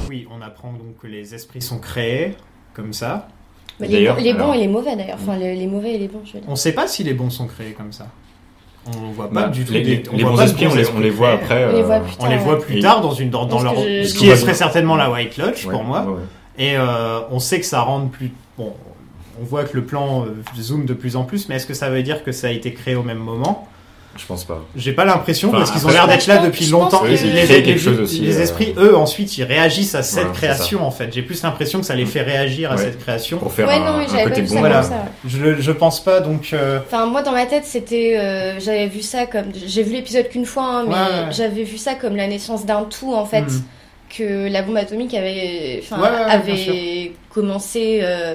Oui, on apprend donc que les esprits sont créés comme ça.
Bah, les,
D'ailleurs,
les bons
alors-
et les mauvais d'ailleurs. Enfin, les, les mauvais et les bons, je veux dire.
On ne sait pas si les bons sont créés comme ça. On voit pas
Bah,
du tout.
les,
des-
les-
on
les
voit
bons
pas de
esprits, on les, on les voit
créés.
après.
On les
euh,
voit plus
On les
tard,
voit
ouais.
plus
Et-
tard dans, une, dans, dans
Parce
leur.
que je-
Ce
je
qui
vois
est très
bien.
certainement la White Lodge
ouais,
pour moi.
ouais, ouais.
Et euh, on sait que ça rend plus. Bon, on voit que le plan euh, zoom de plus en plus, mais est-ce que ça veut dire que ça a été créé au même moment
Je pense pas.
J'ai pas l'impression
Enfin,
parce qu'ils ont
après,
l'air
je
d'être là
pense-
depuis
je
longtemps.
pense
et
qu'ils
les,
créent
les-
quelque chose
les-
aussi,
les
euh,
esprits, eux, ensuite, ils réagissent à cette
Voilà, c'est
création en fait. J'ai plus l'impression que ça les fait réagir à
Ouais.
cette création.
Pour faire
ouais,
un,
non, mais
un
j'avais pas
côté
vu
bon.
ça
Voilà.
comme ça.
Je, je pense pas donc. euh,
Enfin, moi, dans ma tête, c'était. euh, j'avais vu ça comme. J'ai vu l'épisode qu'une fois, hein, mais
Ouais, ouais.
j'avais vu ça comme la naissance d'un tout, en fait.
Mm.
Mhm.
Que la bombe atomique avait. Enfin,
Ouais, ouais, ouais,
avait commencé. euh,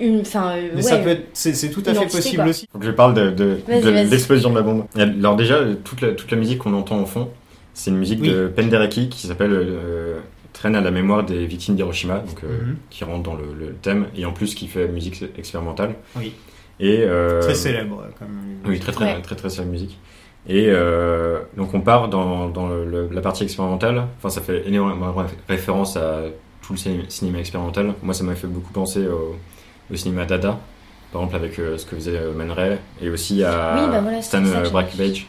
une. Enfin, euh,
mais
ouais.
ça peut être, c'est c'est tout à
Une
fait
entité,
possible
quoi.
aussi.
Faut que je parle de, de,
Vas-y,
de
vas-y.
l'explosion de la bombe. Alors déjà, euh, toute la, toute la musique qu'on entend au fond, c'est une musique
Oui.
de Penderecki qui s'appelle euh, Traîne à la mémoire des victimes d'Hiroshima, donc euh,
Mhm.
qui rentre dans le, le thème et en plus qui fait musique expérimentale.
Oui.
Et euh,
Très célèbre comme.
Oui, très très
Ouais.
très très célèbre musique. Et euh, donc on part dans, dans le- le- la partie expérimentale. Enfin, ça fait énormément ré- référence à tout le ciné- cinéma expérimental. Moi, ça m'a fait beaucoup penser au, au cinéma Dada, par exemple avec euh, ce que faisait euh, Man Ray, et aussi à
Oui, bah voilà, c'est
Stan
ça que
euh,
j'ai-
Brakhage,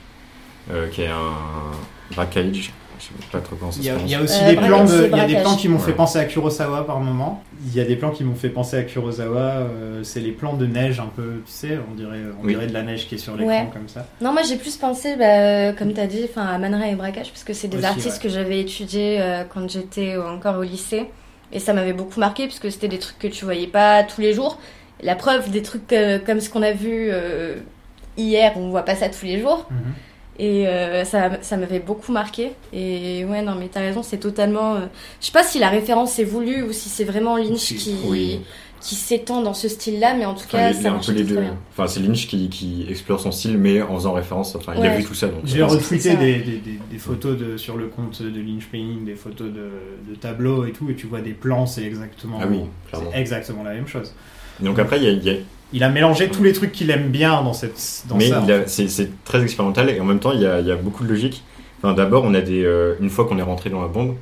euh, qui est un Brakhage. Je sais pas trop comment ça
Il
se
y, a, il
prononce.
y a aussi
Euh,
des
braquage,
plans, de-
c'est
il y a des
braquage.
plans qui m'ont fait
Ouais.
penser à Kurosawa par moment. Il y a des plans qui m'ont fait penser à Kurosawa. euh, c'est les plans de neige un peu, tu sais, on dirait, on
Oui.
dirait de la neige qui est sur l'écran
Ouais.
comme ça.
Non, moi j'ai plus pensé, bah, euh, comme tu as dit, 'fin, à Man Ray et Braquage, parce que c'est des
Aussi,
artistes
ouais.
que j'avais étudiés euh, quand j'étais encore au lycée. Et ça m'avait beaucoup marqué, parce que c'était des trucs que tu voyais pas tous les jours. La preuve, des trucs euh, comme ce qu'on a vu euh, hier, on voit pas ça tous les jours.
Mhm.
Et euh, ça, ça m'avait beaucoup marqué. Et ouais, non, mais t'as raison, c'est totalement. euh, Je sais pas si la référence est voulue ou si c'est vraiment Lynch
Si,
qui,
oui.
qui s'étend dans ce style-là, mais en tout
Enfin,
cas,
il y a
ça
un peu
marchait
les
très
deux.
bien.
Enfin, c'est Lynch qui, qui explore son style, mais en faisant référence. Enfin, il a
Ouais.
vu tout ça. Donc,
J'ai
euh,
retweeté
c'est ça.
des, des, des- des photos de, sur le compte de Lynch Painting, des photos de, de tableaux et tout, et tu vois des plans, c'est exactement,
Ah oui, clairement.
c'est exactement la même chose.
Donc après, il y a- il y a
Il a mélangé tous les trucs qu'il aime bien dans cette dans
mais
ça.
il a- c'est c'est très expérimental et en même temps il y a, il y a beaucoup de logique. Enfin, D'abord, on a des, euh, une fois qu'on est rentré dans la bombe,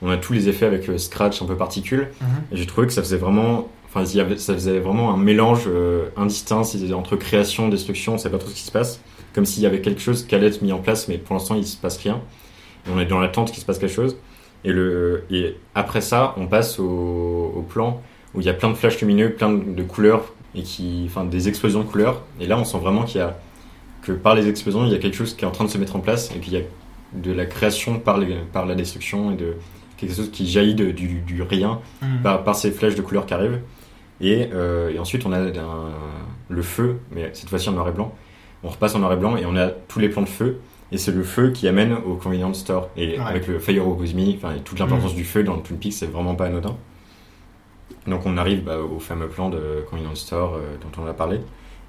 on a tous les effets avec euh, scratch un peu particules.
Mhm.
Et j'ai trouvé que ça faisait vraiment, enfin, il y avait- ça faisait vraiment un mélange euh, indistinct c'était entre création, destruction, on sait pas trop ce qui se passe. Comme s'il y avait quelque chose qui allait être mis en place, mais pour l'instant il se passe rien. Et on est dans l'attente qu'il se passe quelque chose. Et, le, et après ça, on passe au, au plan où il y a plein de flashs lumineux, plein de, de couleurs, et qui, enfin, des explosions de couleurs. Et là, on sent vraiment qu'il y a, que par les explosions, il y a quelque chose qui est en train de se mettre en place, et qu'il y a de la création par, les, par la destruction, et de quelque chose qui jaillit de- du, du rien
Mhm.
par, par ces flèches de couleurs qui arrivent. Et, euh, et ensuite, on a un- le feu, mais cette fois-ci en noir et blanc. On repasse en noir et blanc et on a tous les plans de feu. Et c'est le feu qui amène au convenience store.
Ouais.
Et
Mm.
avec le Fire Oguzmi, enfin, et toute l'importance du feu dans le Twin Peaks, c'est vraiment pas anodin. Donc on arrive bah, au fameux plan de convenience store euh, dont on a parlé.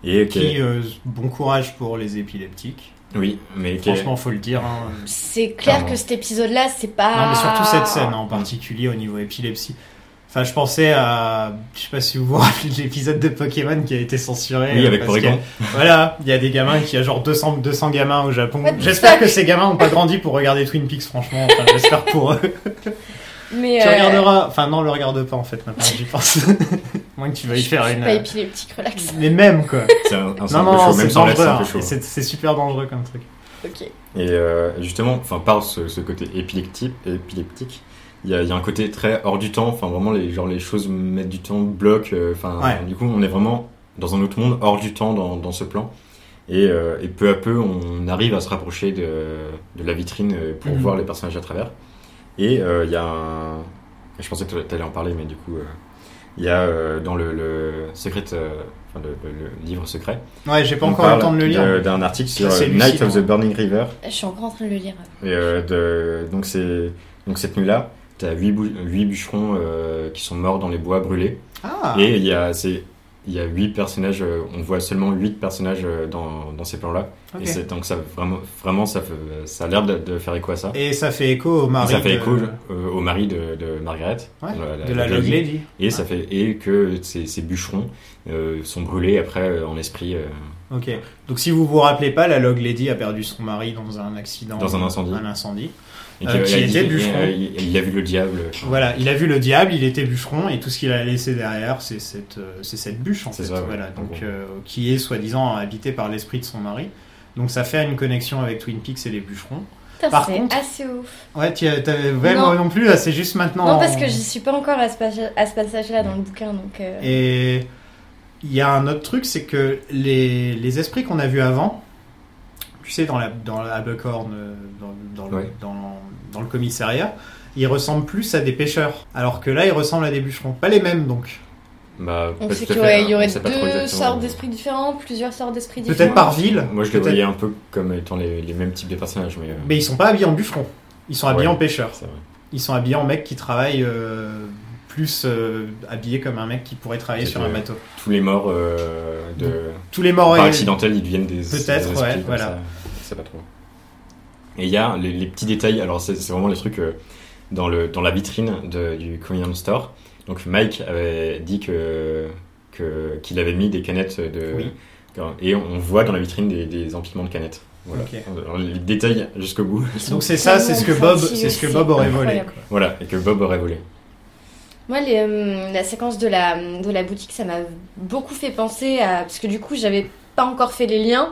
Et qui est-
Qui, euh, bon courage pour les épileptiques.
oui, mais qui est-
Franchement, faut le dire. hein.
C'est clair
Clairement.
que cet épisode-là, c'est pas.
Non, mais surtout
Ah.
cette scène hein. en particulier au niveau épilepsie. Enfin, je pensais à, je sais pas si vous vous rappelez de l'épisode de Pokémon qui a été censuré.
oui,
euh,
avec
parce
Porygon.
que- Voilà, il y a des gamins qui, il y a genre 200, 200 gamins au Japon.
What the
J'espère
fuck
que ces gamins ont pas grandi pour regarder Twin Peaks, franchement. Enfin, j'espère pour eux.
Mais,
Tu
euh,
regarderas, enfin non, le regarde pas en fait, maintenant que j'y pense. Moins que tu vas y faire
je suis
une.
Pas
euh,
épileptique, relax.
Mais même quoi.
C'est un, un- c'est un
Non,
peu
non,
chaud,
non,
même
c'est
sans l'air,
dangereux.
c'est un peu
hein.
chaud.
Et C'est c'est super dangereux comme truc.
Ok.
Et euh, justement, enfin par ce, ce côté épileptique, épileptique, il y a, il y a un côté très hors du temps. Enfin vraiment les genre les choses mettent du temps, bloquent. euh, Enfin
Ouais.
du coup on est vraiment dans un autre monde hors du temps dans, dans ce plan. Et, euh, et peu à peu on arrive à se rapprocher de, de la vitrine euh, pour
Mhm.
voir les personnages à travers. Et euh, il y a un... je pensais que t'allais en parler mais du coup euh, il y a euh, dans le, le secret, euh, enfin le, le- le livre secret.
Ouais, j'ai pas
on
encore eu le
parle
temps de le lire.
de- D'un article sur
C'est
euh, Night
hallucinant.
of the Burning River.
Je suis encore en train de le lire.
Et euh, de- donc, c'est, donc cette nuit-là, t'as huit, bou- huit bûcherons euh, qui sont morts dans les bois brûlés.
Ah,
Et il y a, c'est, il y a huit personnages, euh, on voit seulement huit personnages euh, dans, dans ces plans-là.
ok.
Et c'est, donc ça, vraiment, vraiment ça, fait- ça a l'air de, de faire écho à ça.
Et ça fait écho au mari.
Et ça fait
de-
écho euh, au mari de, de Margaret,
Ouais,
la- la-
de la
la
Log
lady.
Lady.
et ça fait et que ces, ces bûcherons euh, sont brûlés après euh, en esprit. euh,
Ok. Donc si vous vous rappelez pas, la Log Lady a perdu son mari dans un accident.
Dans un incendie.
Un incendie.
et
Euh,
que-
qui
elle
était
dit-
bûcheron.
euh, il, il a vu le diable. enfin,
Voilà, il a vu le diable, il était bûcheron et tout ce qu'il a laissé derrière, c'est cette, euh, c'est cette bûche en
C'est
fait,
ça, ouais.
voilà,
En
donc
gros.
euh, qui est soi-disant habitée par l'esprit de son mari. Donc ça fait une connexion avec Twin Peaks et les bûcherons.
Putain,
Par
c'est
contre-
assez ouf.
Ouais, tu as- t'avais- ouais, moi non plus, là, c'est juste maintenant.
Non, parce que
en- Mm.
j'y suis pas encore à ce passage- à ce passage-là dans le bouquin, donc. euh,
Et il y a un autre truc, c'est que les, les esprits qu'on a vus avant, tu sais, dans la, dans la Buckhorn, euh, dans, dans le,
Ouais.
dans- dans le commissariat, ils ressemblent plus à des pêcheurs, alors que là, ils ressemblent à des bûcherons. Pas les mêmes, donc.
Bah,
On
pas
sait
tout
qu'il
à
y
fait,
aurait, il y
on
aurait
sait pas trop
deux
exactement. euh,
sortes d'esprits différents, plusieurs sortes d'esprits
Peut-être
différents.
par ville.
Moi, je les
peut-être.
voyais un peu comme étant les, les mêmes types de personnages, mais. euh,
Mais ils sont pas habillés en bûcherons. Ils sont habillés
Ouais.
en pêcheurs.
c'est vrai.
Ils sont habillés en mecs qui travaillent euh, plus euh, habillés comme un mec qui pourrait travailler
C'est
sur
que-
un bateau.
Tous les morts euh, de.
Tous les morts.
Par
et-
accidentel, ils deviennent des.
Peut-être,
des esprits
ouais,
comme
voilà.
ça. Je sais pas trop. Et il y a les, les petits détails, alors c'est c'est vraiment les trucs euh, dans, le, dans la vitrine de- du convenience store. Donc Mike avait dit que que- qu'il avait mis des canettes de.
Oui.
Et on voit dans la vitrine des, des empilements de canettes. Voilà.
Ok.
Alors, les détails jusqu'au bout.
Ils sont
Donc c'est ça, c'est ce que Bob,
gentils
c'est ce que
aussi.
Bob aurait volé.
Incroyable.
quoi.
Voilà, et que Bob aurait volé.
Moi, les, euh, la séquence de la, de la boutique, ça m'a beaucoup fait penser à. Parce que du coup, j'avais pas encore fait les liens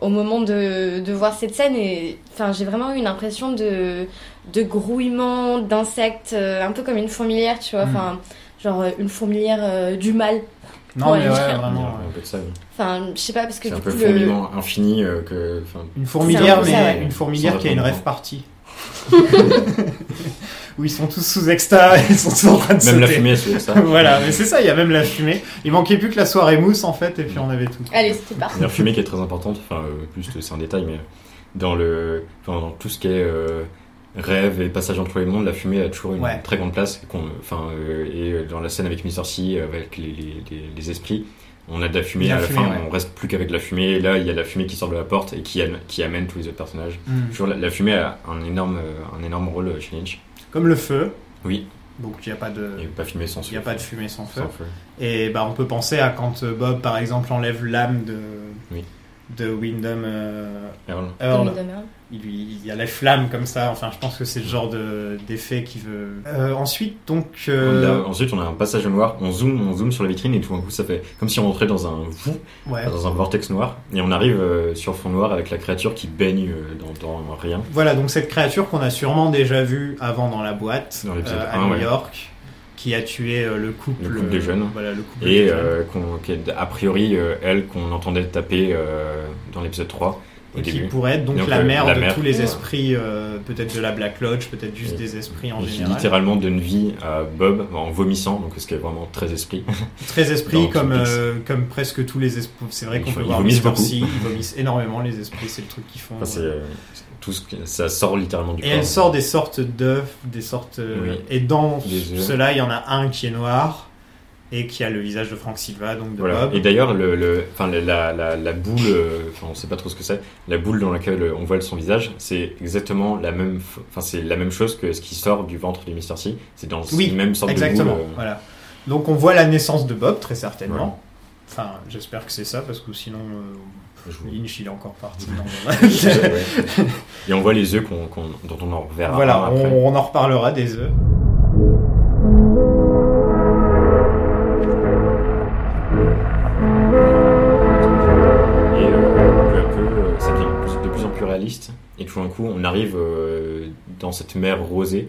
au moment de, de voir cette scène. Et enfin, j'ai vraiment eu une impression de, de grouillement, d'insectes, euh, un peu comme une fourmilière, tu vois.
Mm.
Enfin, genre euh, une fourmilière euh, du mal.
Non mais
Ouais,
ouais,
je-
vraiment.
Il y a un peu de ça, oui.
Enfin, je sais pas, parce que
C'est
du
un
coup.
peu fourmillement infini euh, que. enfin,
Une fourmilière, mais
C'est un peu ça, ouais.
une fourmilière
Sans
qui a une
attendre.
rêve partie. Où ils sont tous sous extase, ils sont tous en train de
Même la
sauter.
fumée, c'est ça.
voilà, mais c'est ça, il y a même la fumée. Il manquait plus que la soirée mousse en fait, et puis on avait tout.
Allez, c'était parti.
La fumée qui est très importante, enfin, euh, plus c'est un détail, mais dans, le, enfin, dans tout ce qui est euh, rêve et passage entre les mondes, la fumée a toujours une
Ouais.
très grande place. qu'on- Enfin, euh, et euh, dans la scène avec Mr. C, euh, avec les, les- les- les esprits, on a de la fumée,
De la
à la
fumée,
fin,
ouais.
on reste plus qu'avec de la fumée, et là, il y a de la fumée qui sort de la porte et qui, am- qui amène tous les autres personnages.
Hmm.
Toujours, la, la fumée a un énorme, euh, un énorme rôle euh, chez Lynch.
Comme le feu.
Oui.
Donc il n'y a pas de,
Il n'y a pas fumé sans
il y a pas de fumée sans feu.
Sans feu.
Et bah, on peut penser à quand euh, Bob, par exemple, enlève l'âme de,
Oui.
de Wyndham euh,
Earl.
Earl.
Comme demain.
Il, lui, il y a les flammes comme ça. Enfin, je pense que c'est le genre de- d'effet qui veut. Euh, ensuite, donc. euh,
On a- ensuite, on a un passage au noir, on zoome, on zoome sur la vitrine et tout d'un coup, ça fait comme si on rentrait dans un vous
ouais.
Ah, dans un vortex noir et on arrive euh, sur fond noir avec la créature qui baigne euh, dans, dans rien.
Voilà, donc cette créature qu'on a sûrement déjà vue avant dans la boîte,
Dans l'épisode
euh, à
1,
New
ouais.
York, qui a tué euh, le couple. euh,
Le couple des jeunes.
Voilà, le couple des
Et
jeunes.
euh, qu'on- qui est, a priori, euh, elle qu'on entendait taper euh, dans l'épisode 3 au
Et qui
début.
pourrait être donc,
Donc,
la
euh,
mère
la
de
mère.
tous les esprits, euh, peut-être de la Black Lodge, peut-être juste
Et-
des esprits en
Il
général.
littéralement donne vie à Bob en vomissant, donc ce qui est vraiment très esprit.
Ah, Très esprits,
Dans
comme,
Twin Peaks.
euh, comme presque tous les esprits. C'est vrai
Ils
qu'on
font-
peut
ils
voir
vomissent
Mr.
beaucoup.
C, ils vomissent énormément les esprits, c'est le truc qu'ils font.
Enfin, c'est, euh, tout ce qui- ça sort littéralement du
Et
corps.
elle sort des sortes d'œufs, des sortes. euh,
Oui.
Et dans
Des œufs.
cela, il y en a un qui est noir et qui a le visage de Frank Silva, donc de
Voilà.
Bob.
Et d'ailleurs, le, le- enfin, la, la, la- la boule, euh, enfin, on sait pas trop ce que c'est, la boule dans laquelle euh, on voit son visage, c'est exactement la même, f- enfin, c'est la même chose que ce qui sort du ventre de Mr. C. C'est dans
Oui,
la même sorte
Exactement.
de boule. euh,
Voilà. Donc on voit la naissance de Bob, très certainement.
Voilà.
Enfin, j'espère que c'est ça, parce que sinon, euh,
je vous-
Lynch, il est encore parti.
je-
dans-
ouais. Et on voit les œufs qu'on, qu'on- dont on en reverra
voilà,
après.
on, on en reparlera des œufs.
Et euh, peu à peu, euh, ça devient de plus en plus réaliste. Et tout d'un coup, on arrive euh, dans cette mer rosée.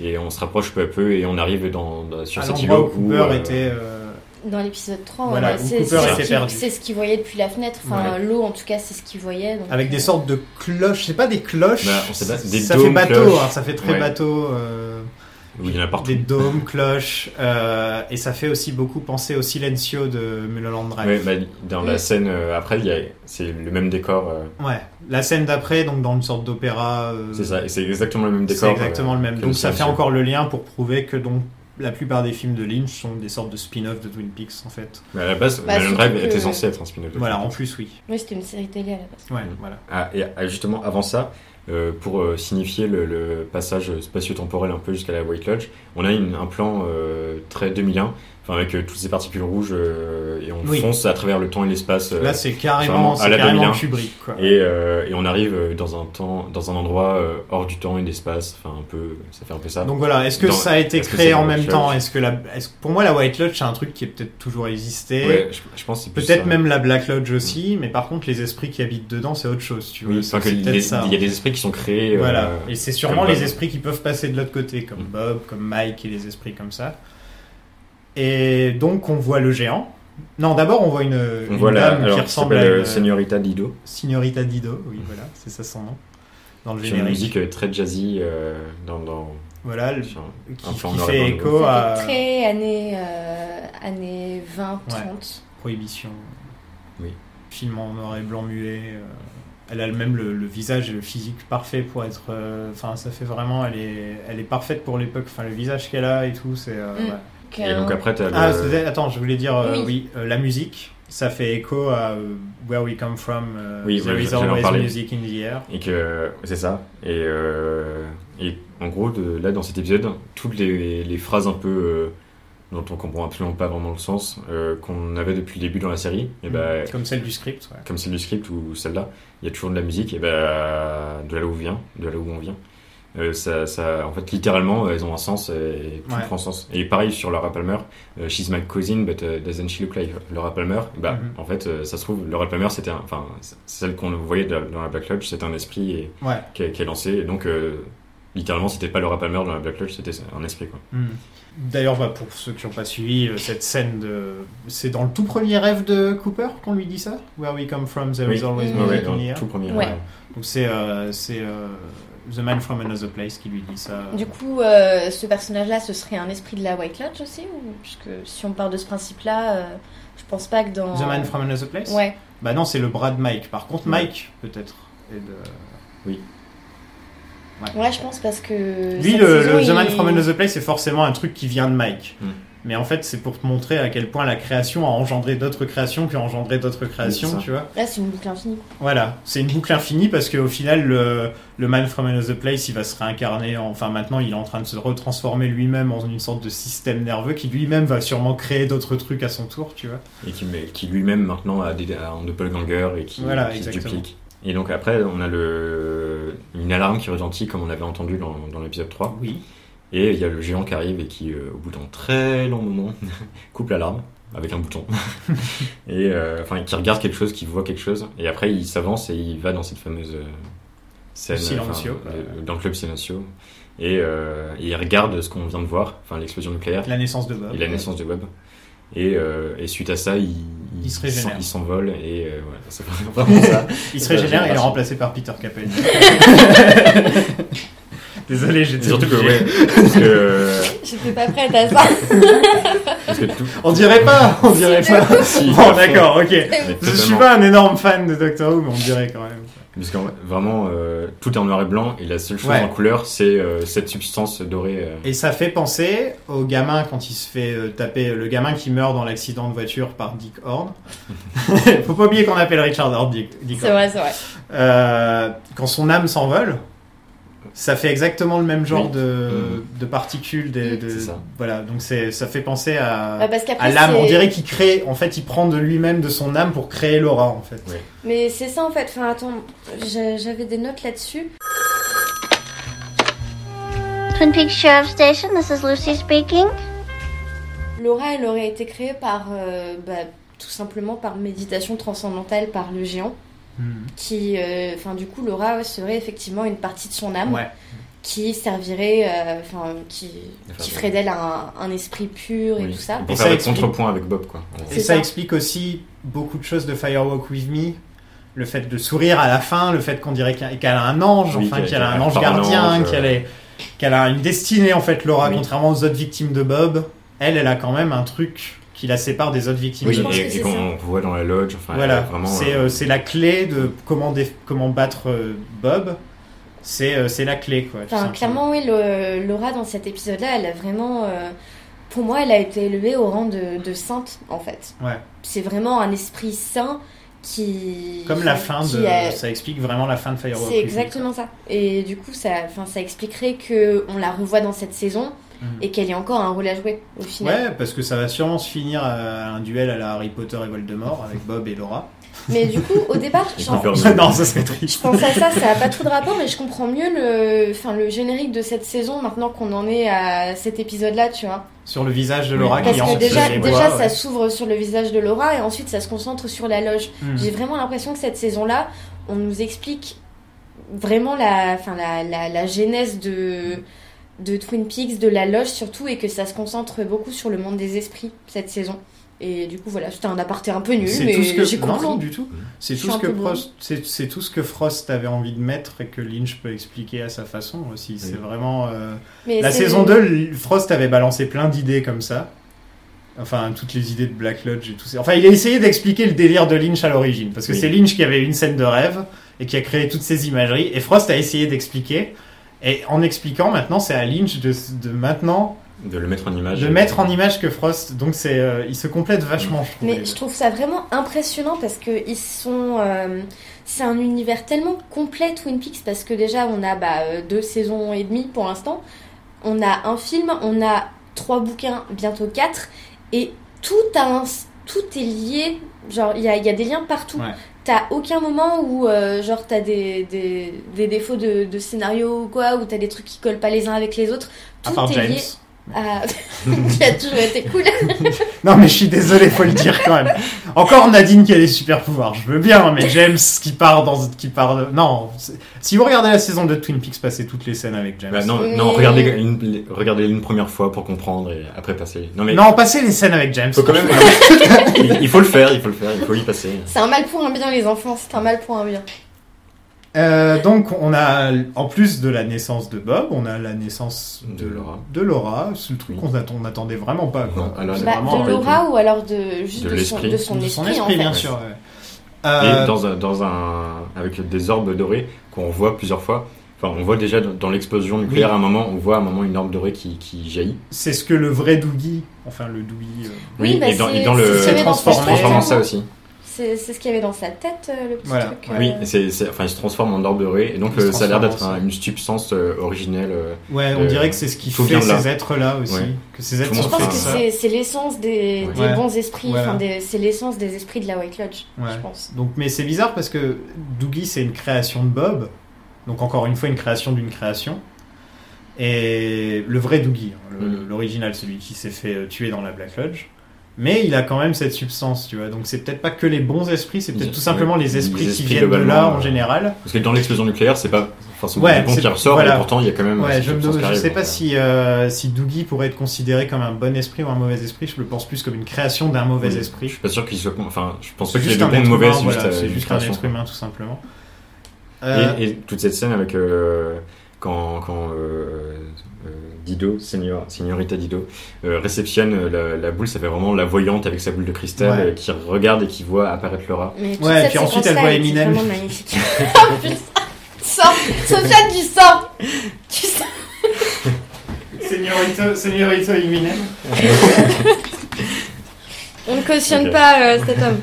Et on se rapproche peu à peu et on arrive dans, dans- sur
à
cet
l'endroit où
îlot
Cooper
euh,
était. euh,
Dans l'épisode 3,
Voilà,
ouais,
où
c'est
Cooper
c'est ce
était
qu'il-
perdu.
c'est ce qu'il voyait depuis la fenêtre. Enfin, l'eau, en tout cas, c'est ce qu'il voyait. donc,
Avec
euh,
des sortes de cloches, c'est pas des cloches,
Bah, on sait pas, des
ça fait
dômes,
bateau,
cloches.
hein, ça fait très
Ouais.
bateau, euh,
où il y en a partout.
des dômes, cloches, euh, et ça fait aussi beaucoup penser au silencio de Mulholland Drive.
Ouais, bah, dans la scène euh, après, il y a- c'est le même décor. euh,
Ouais, la scène d'après, donc dans une sorte d'opéra. euh,
c'est ça, et c'est exactement le même
C'est
décor. euh,
exactement le même.
que
Donc
le
ça fait
Silencio.
encore le lien pour prouver que donc la plupart des films de Lynch sont des sortes de spin-off de Twin Peaks en fait.
Mais à la base,
Bah, surtout
Mulholland Drive
que-
était censé être un spin-off. de
Voilà,
Twin
en
Peaks.
plus oui.
Oui, c'était une série télé à la base.
Ouais,
Mm.
voilà.
Ah, et ah, justement, avant ça, euh, pour euh, signifier le, le passage spatio-temporel un peu jusqu'à la White Lodge, on a une- un plan euh, très 2001, enfin avec euh, toutes ces particules rouges, euh, et on
Oui.
fonce à travers le temps et l'espace. euh,
Là c'est carrément,
vraiment à
c'est
la
carrément
2001.
Kubrick quoi.
et, euh, et on arrive euh, dans un temps, dans un endroit euh, hors du temps et de l'espace, enfin un peu, ça fait un peu ça.
Donc voilà, est-ce que
euh, Dans-
ça a été
est-ce que
créé
c'est
en
la
même
White
temps
Lodge
Est-ce que la, est-ce- pour moi la White Lodge c'est un truc qui est peut-être toujours existé.
Ouais, je, je pense que c'est plus
Peut-être
ça. Mm.
même la Black Lodge aussi, mais par contre les esprits qui habitent dedans c'est autre chose. Tu vois,
Oui,
c'est
enfin que
c'est
les-
peut-être ça. hein.
il y a des esprits qui sont créés. euh,
Voilà, et c'est sûrement
comme
les
Bob.
esprits qui peuvent passer de l'autre côté, comme
Mm.
Bob, comme Mike et les esprits comme ça. Et donc on voit le géant, Non, d'abord on voit une,
On
une
voit la,
dame
alors,
qui
qui
ressemble à
s'appelle, euh,
une-
Señorita Dido.
Signorita Dido, oui, voilà, c'est ça son nom, dans le
Sur une
générique. Euh,
musique euh, très jazzy euh, dans, dans,
Voilà, le-
sur-
qui,
Un peu
qui
en noir et
fait
blanc,
Ça
écho
fait
à
très années, euh, années 20, 30.
Prohibition.
Oui.
Film en noir et blanc muet. euh, elle a le même le, le visage et le physique parfait pour être. euh, Enfin, ça fait vraiment. Elle est, elle est parfaite pour l'époque. Enfin, le visage qu'elle a et tout, c'est. euh,
Mm.
ouais.
Et donc après, t'as
Ah,
le...
c'est- attends, je voulais dire, euh,
Oui.
oui, euh, la musique, ça fait écho à euh, Where We Come From, euh,
Oui,
There
ouais,
is
j'allais en
always
parler.
music in the air.
Et que c'est ça. Et, euh, et en gros, de, là dans cet épisode, toutes les, les phrases un peu euh, dont on comprend absolument pas vraiment le sens euh, qu'on avait depuis le début dans la série, et ben
Mm. Comme celle du script, ouais.
comme celle du script ou celle-là, il y a toujours de la musique, et ben de là où vient, de là où on vient. Euh, ça, ça, en fait, littéralement, euh, elles ont un sens et tout
Ouais.
prend sens. Et pareil sur Laura Palmer, euh, She's my cousin, but euh, doesn't she look like Laura Palmer Bah,
Mhm.
en fait, euh, ça se trouve, Laura Palmer, c'était, un- enfin, c- celle qu'on voyait dans dans la Black Lodge, c'est un esprit et
Ouais.
qui a, qui a lancé. Et donc, euh, littéralement, c'était pas Laura Palmer dans la Black Lodge, c'était un esprit. Quoi.
Hmm. D'ailleurs, bah, pour ceux qui n'ont pas suivi, euh, cette scène de. C'est dans le tout premier rêve de Cooper qu'on lui dit ça Where we come from, there is always
Mm.
Ouais,
music
dans
in the air.
tout premier.
Ouais.
ouais.
Donc c'est euh, c'est, euh, The Man from Another Place qui lui dit ça.
Du coup, euh, ce personnage-là, ce serait un esprit de la White Lodge aussi ou... Parce que si on part de ce principe-là, euh, je pense pas que dans.
The Man from Another Place
Ouais.
Bah non, c'est le bras de Mike. Par contre,
Ouais.
Mike, peut-être. est de-
Oui.
Ouais.
ouais, je pense parce que.
Lui,
cette
le,
saison,
le The Man
il-
from Another Place, c'est forcément un truc qui vient de Mike.
Mm.
Mais en fait, c'est pour te montrer à quel point la création a engendré d'autres créations qui ont engendré d'autres créations,
ça.
tu vois.
Là, Ah, c'est une boucle infinie.
Voilà, c'est une boucle infinie parce qu'au final, le, le Man from Another Place, il va se réincarner. en- Enfin, maintenant, il est en train de se retransformer lui-même en une sorte de système nerveux qui lui-même va sûrement créer d'autres trucs à son tour, tu vois.
et qui, mais qui lui-même maintenant a, des, a un doppelganger et qui,
Voilà,
qui se
exactement.
duplique. Et donc après, on a le, une alarme qui retentit comme on l'avait entendu dans, dans l'épisode 3.
Oui.
Et il y a le géant qui arrive et qui, euh, au bout d'un très long moment, coupe l'alarme avec un bouton. et euh, enfin, qui regarde quelque chose, qui voit quelque chose. Et après, il s'avance et il va dans cette fameuse euh, scène.
Silencio,
enfin,
quoi.
le- dans le club silencio. Et, euh, et il regarde ce qu'on vient de voir, enfin l'explosion nucléaire
La naissance de Bob.
et la naissance de Bob. Et, euh, et suite à ça, il,
Il se régénère.
s'en- Il s'envole et euh, voilà, c'est vraiment ça.
Il se régénère et il est
Génération.
remplacé par Peter Capel. Désolé,
Et
j'étais.
surtout que,
obligé.
ouais, parce que,
J'étais pas prête à ça.
parce que tout.
On dirait pas, on dirait pas.
si,
Bon, d'accord, ok.
mais
Je suis
totalement.
pas un énorme fan de Doctor Who, mais on dirait quand même.
Parce que vraiment, euh, tout est en noir et blanc et la seule chose
Ouais.
en couleur, c'est euh, cette substance dorée. euh.
Et ça fait penser au gamin quand il se fait euh, taper, le gamin qui meurt dans l'accident de voiture par Dick Horn. Faut pas oublier qu'on appelle Richard Horn Dick, Dick
C'est
Horn.
vrai, c'est vrai.
Euh, quand son âme s'envole, ça fait exactement le même genre
Oui.
de,
Mhm.
de particules. De,
Mhm.
de-
C'est ça.
Voilà, donc c'est, ça fait penser
Bah,
à,
parce qu'après,
Euh, à l'âme. On
c'est-
dirait qu'il crée, en fait, il prend de lui-même, de son âme pour créer l'aura, en fait.
Mais c'est ça en fait. Enfin, attends, j'ai- j'avais des notes là-dessus.
Twin Peaks Sheriff Station, this is Lucy speaking.
Laura, elle aurait été créée par, euh, bah, tout simplement par méditation transcendantale par le géant,
Mhm.
qui, euh, enfin, du coup, Laura ouais, serait effectivement une partie de son âme
Ouais.
qui servirait, euh, enfin, qui,
Enfin,
qui ferait d'elle un, un esprit pur et
oui.
tout ça.
Pour
ça
faire le
explique-
contrepoint avec Bob, quoi. en gros.
Et
C'est
ça,
ça.
explique aussi beaucoup de choses de Firewalk With Me. Le fait de sourire à la fin, le fait qu'on dirait qu'il y a- qu'elle a un ange,
Oui,
enfin
qu'elle-
qu'elle a un
qu'elle
ange
parle en
gardien,
ange, euh.
qu'elle est, qu'elle a une destinée en fait, Laura,
Oui.
contrairement aux autres victimes de Bob. Elle, elle a quand même un truc qui la sépare des autres victimes
Oui,
je
de
pense
Bob.
que
et,
c'est
et qu'on voit dans la lodge, enfin,
voilà,
vraiment.
c'est
euh,
euh, c'est la clé de comment, dé- comment battre euh, Bob. C'est euh, c'est la clé quoi. tout
Enfin,
simplement.
clairement, oui, le- Laura, dans cet épisode-là, elle a vraiment. euh, pour moi, elle a été élevée au rang de, de sainte, en fait.
Ouais.
C'est vraiment un esprit saint qui.
Comme la fin
qui
de.
a-
Ça explique vraiment la fin de Firewalk
C'est
With Me.
exactement ça. Et du coup, ça, enfin, ça expliquerait que on la revoit dans cette saison
Mhm.
et qu'elle ait encore un rôle à jouer au final.
Ouais, parce que ça va sûrement se finir à un duel à la Harry Potter et Voldemort avec Bob et Laura.
Mais du coup, au départ,
Et
j'en-
Cooper
non, ça serait
je
triste.
pense à ça, ça n'a pas trop de rapport, mais je comprends mieux le, enfin, le générique de cette saison maintenant qu'on en est à cet épisode-là, tu vois.
Sur le visage de Laura
Oui,
Parce
qui
que
enfle
déjà,
les
déjà
doigts,
ça
ouais.
s'ouvre sur le visage de Laura et ensuite ça se concentre sur la loge.
Hmm.
J'ai vraiment l'impression que cette saison-là, on nous explique vraiment la, enfin, la, la, la genèse de, de Twin Peaks, de la loge surtout, et que ça se concentre beaucoup sur le monde des esprits cette saison. Et du coup, voilà, c'était un aparté un peu nul,
C'est tout ce
mais
que...
j'ai
non,
compris.
non, du tout. C'est
Je
tout,
suis
ce
un
que
peu blonde.
Prost- c'est- c'est tout ce que Frost avait envie de mettre et que Lynch peut expliquer à sa façon aussi. C'est
Oui.
vraiment... euh,
Mais
La
c'est-
saison 2, Frost avait balancé plein d'idées comme ça. Enfin, toutes les idées de Black Lodge et tout ça. Enfin, il a essayé d'expliquer le délire de Lynch à l'origine. Parce que
Oui.
c'est Lynch qui avait une scène de rêve et qui a créé toutes ces imageries. Et Frost a essayé d'expliquer. Et en expliquant, maintenant, c'est à Lynch de, de maintenant
de le mettre en image.
de mettre en image que Frost. Donc, c'est, euh, il se complète vachement, je trouve.
Mais je trouve ça vraiment impressionnant parce que ils sont. euh, c'est un univers tellement complet Twin Peaks parce que déjà on a bah, euh, deux saisons et demie pour l'instant, on a un film, on a trois bouquins, bientôt quatre, et tout a un- tout est lié. Genre il y a, il y a des liens partout.
Ouais.
T'as aucun moment où euh, genre t'as des, des, des défauts de, de scénario ou quoi, où t'as des trucs qui collent pas les uns avec les autres. Tout
À part
est
James.
lié. À... qui a toujours été cool.
Non, mais je suis désolé, faut le dire quand même. Encore Nadine qui a des super pouvoirs, je veux bien, mais James qui part dans. Qui part, non, c'est- si vous regardez la saison de Twin Peaks passer toutes les scènes avec James.
Bah, non,
Mais-
non regardez une, les- regardez une première fois pour comprendre et après passer. Non mais
Non, passer les scènes avec James.
faut quand même. il, il faut le faire, il faut le faire, il faut y passer.
C'est un mal pour un bien, les enfants, c'est un mal pour un
Ah,
bien.
Euh, donc, on a, en plus de la naissance de Bob, on a la naissance de,
De Laura.
De Laura, c'est le truc
Oui.
qu'on attend- on n'attendait vraiment pas. quoi.
Non, alors,
C'est
Bah,
vraiment,
de Laura ou alors de, juste
De
de, son,
l'esprit.
de son
de
esprit,
son
en
esprit,
fait.
bien
fait.
sûr. ouais.
Et
Euh,
dans un, dans un, avec des orbes dorées qu'on voit plusieurs fois. Enfin, on voit déjà dans, dans l'explosion nucléaire
Oui.
à un moment, on voit à un moment une orbe dorée qui, qui jaillit.
C'est ce que le vrai Doogie, enfin le Doogie. euh,
Oui, bah,
et dans, et
c'est-
dans le.
c'est
s'est
dans
il se
transformé.
transforme en ça
Exactement.
aussi.
C'est c'est ce qu'il y avait dans sa tête, euh, le petit
Voilà.
truc.
Ouais.
euh,
Oui, et c'est c'est- enfin, il se transforme en orbe dorée. Et donc,
Il se
euh, ça a l'air
transforme
d'être
en ça.
un- une substance euh, originelle. euh,
Ouais, on
Euh,
dirait que c'est ce qui
tout
fait
vient de là.
ces êtres-là aussi.
Ouais.
Que ces êtres
Tout
Je
le
sont
monde
faits
pense que
comme ça.
c'est c'est l'essence des,
Ouais.
des
Ouais.
bons esprits,
Voilà.
enfin, des- c'est l'essence des esprits de la White Lodge,
Ouais.
je pense.
Donc, mais c'est bizarre parce que Doogie, c'est une création de Bob. Donc, encore une fois, une création d'une création. Et le vrai Doogie, hein, le-
Mhm.
l'original, celui qui s'est fait euh, tuer dans la Black Lodge. Mais il a quand même cette substance, tu vois. Donc, c'est peut-être pas que les bons esprits, c'est peut-être
Oui,
tout simplement
oui.
les esprits,
Les
qui
esprits
viennent de là
globalement,
en
euh,
général.
Parce que dans l'explosion nucléaire, c'est pas forcément
Ouais,
du bon
c'est-
qui ressort,
voilà.
mais pourtant il y a quand même.
Ouais,
cette
je, me,
substance qui
je
arrive,
sais pas
donc,
si, euh, si Doogie pourrait être considéré comme un bon esprit ou un mauvais esprit. Je le pense plus comme une création d'un mauvais
Oui.
esprit.
Je suis pas sûr qu'il soit. con- Enfin, je pense pas
C'est
qu'il y ait
juste
de
un
bon ou de
être
mauvais,
humain,
c'est juste,
voilà,
euh,
c'est
une
juste un
création.
être humain tout simplement. Euh,
Et, et toute cette scène avec euh, quand, quand euh, euh, Dido, senior, Signorita Dido, euh, réceptionne euh, la, la boule, ça fait vraiment la voyante avec sa boule de cristal
Ouais.
euh, qui regarde et qui voit apparaître Laura.
Mais toute
Ouais,
cette
puis ensuite, elle
séquence-là,
voit
était
Eminem.
vraiment magnifique. oh putain Sors Sophia, tu sors Tu sors
Señorito, señorito Eminem.
On ne cautionne
Ok.
pas euh, cet homme.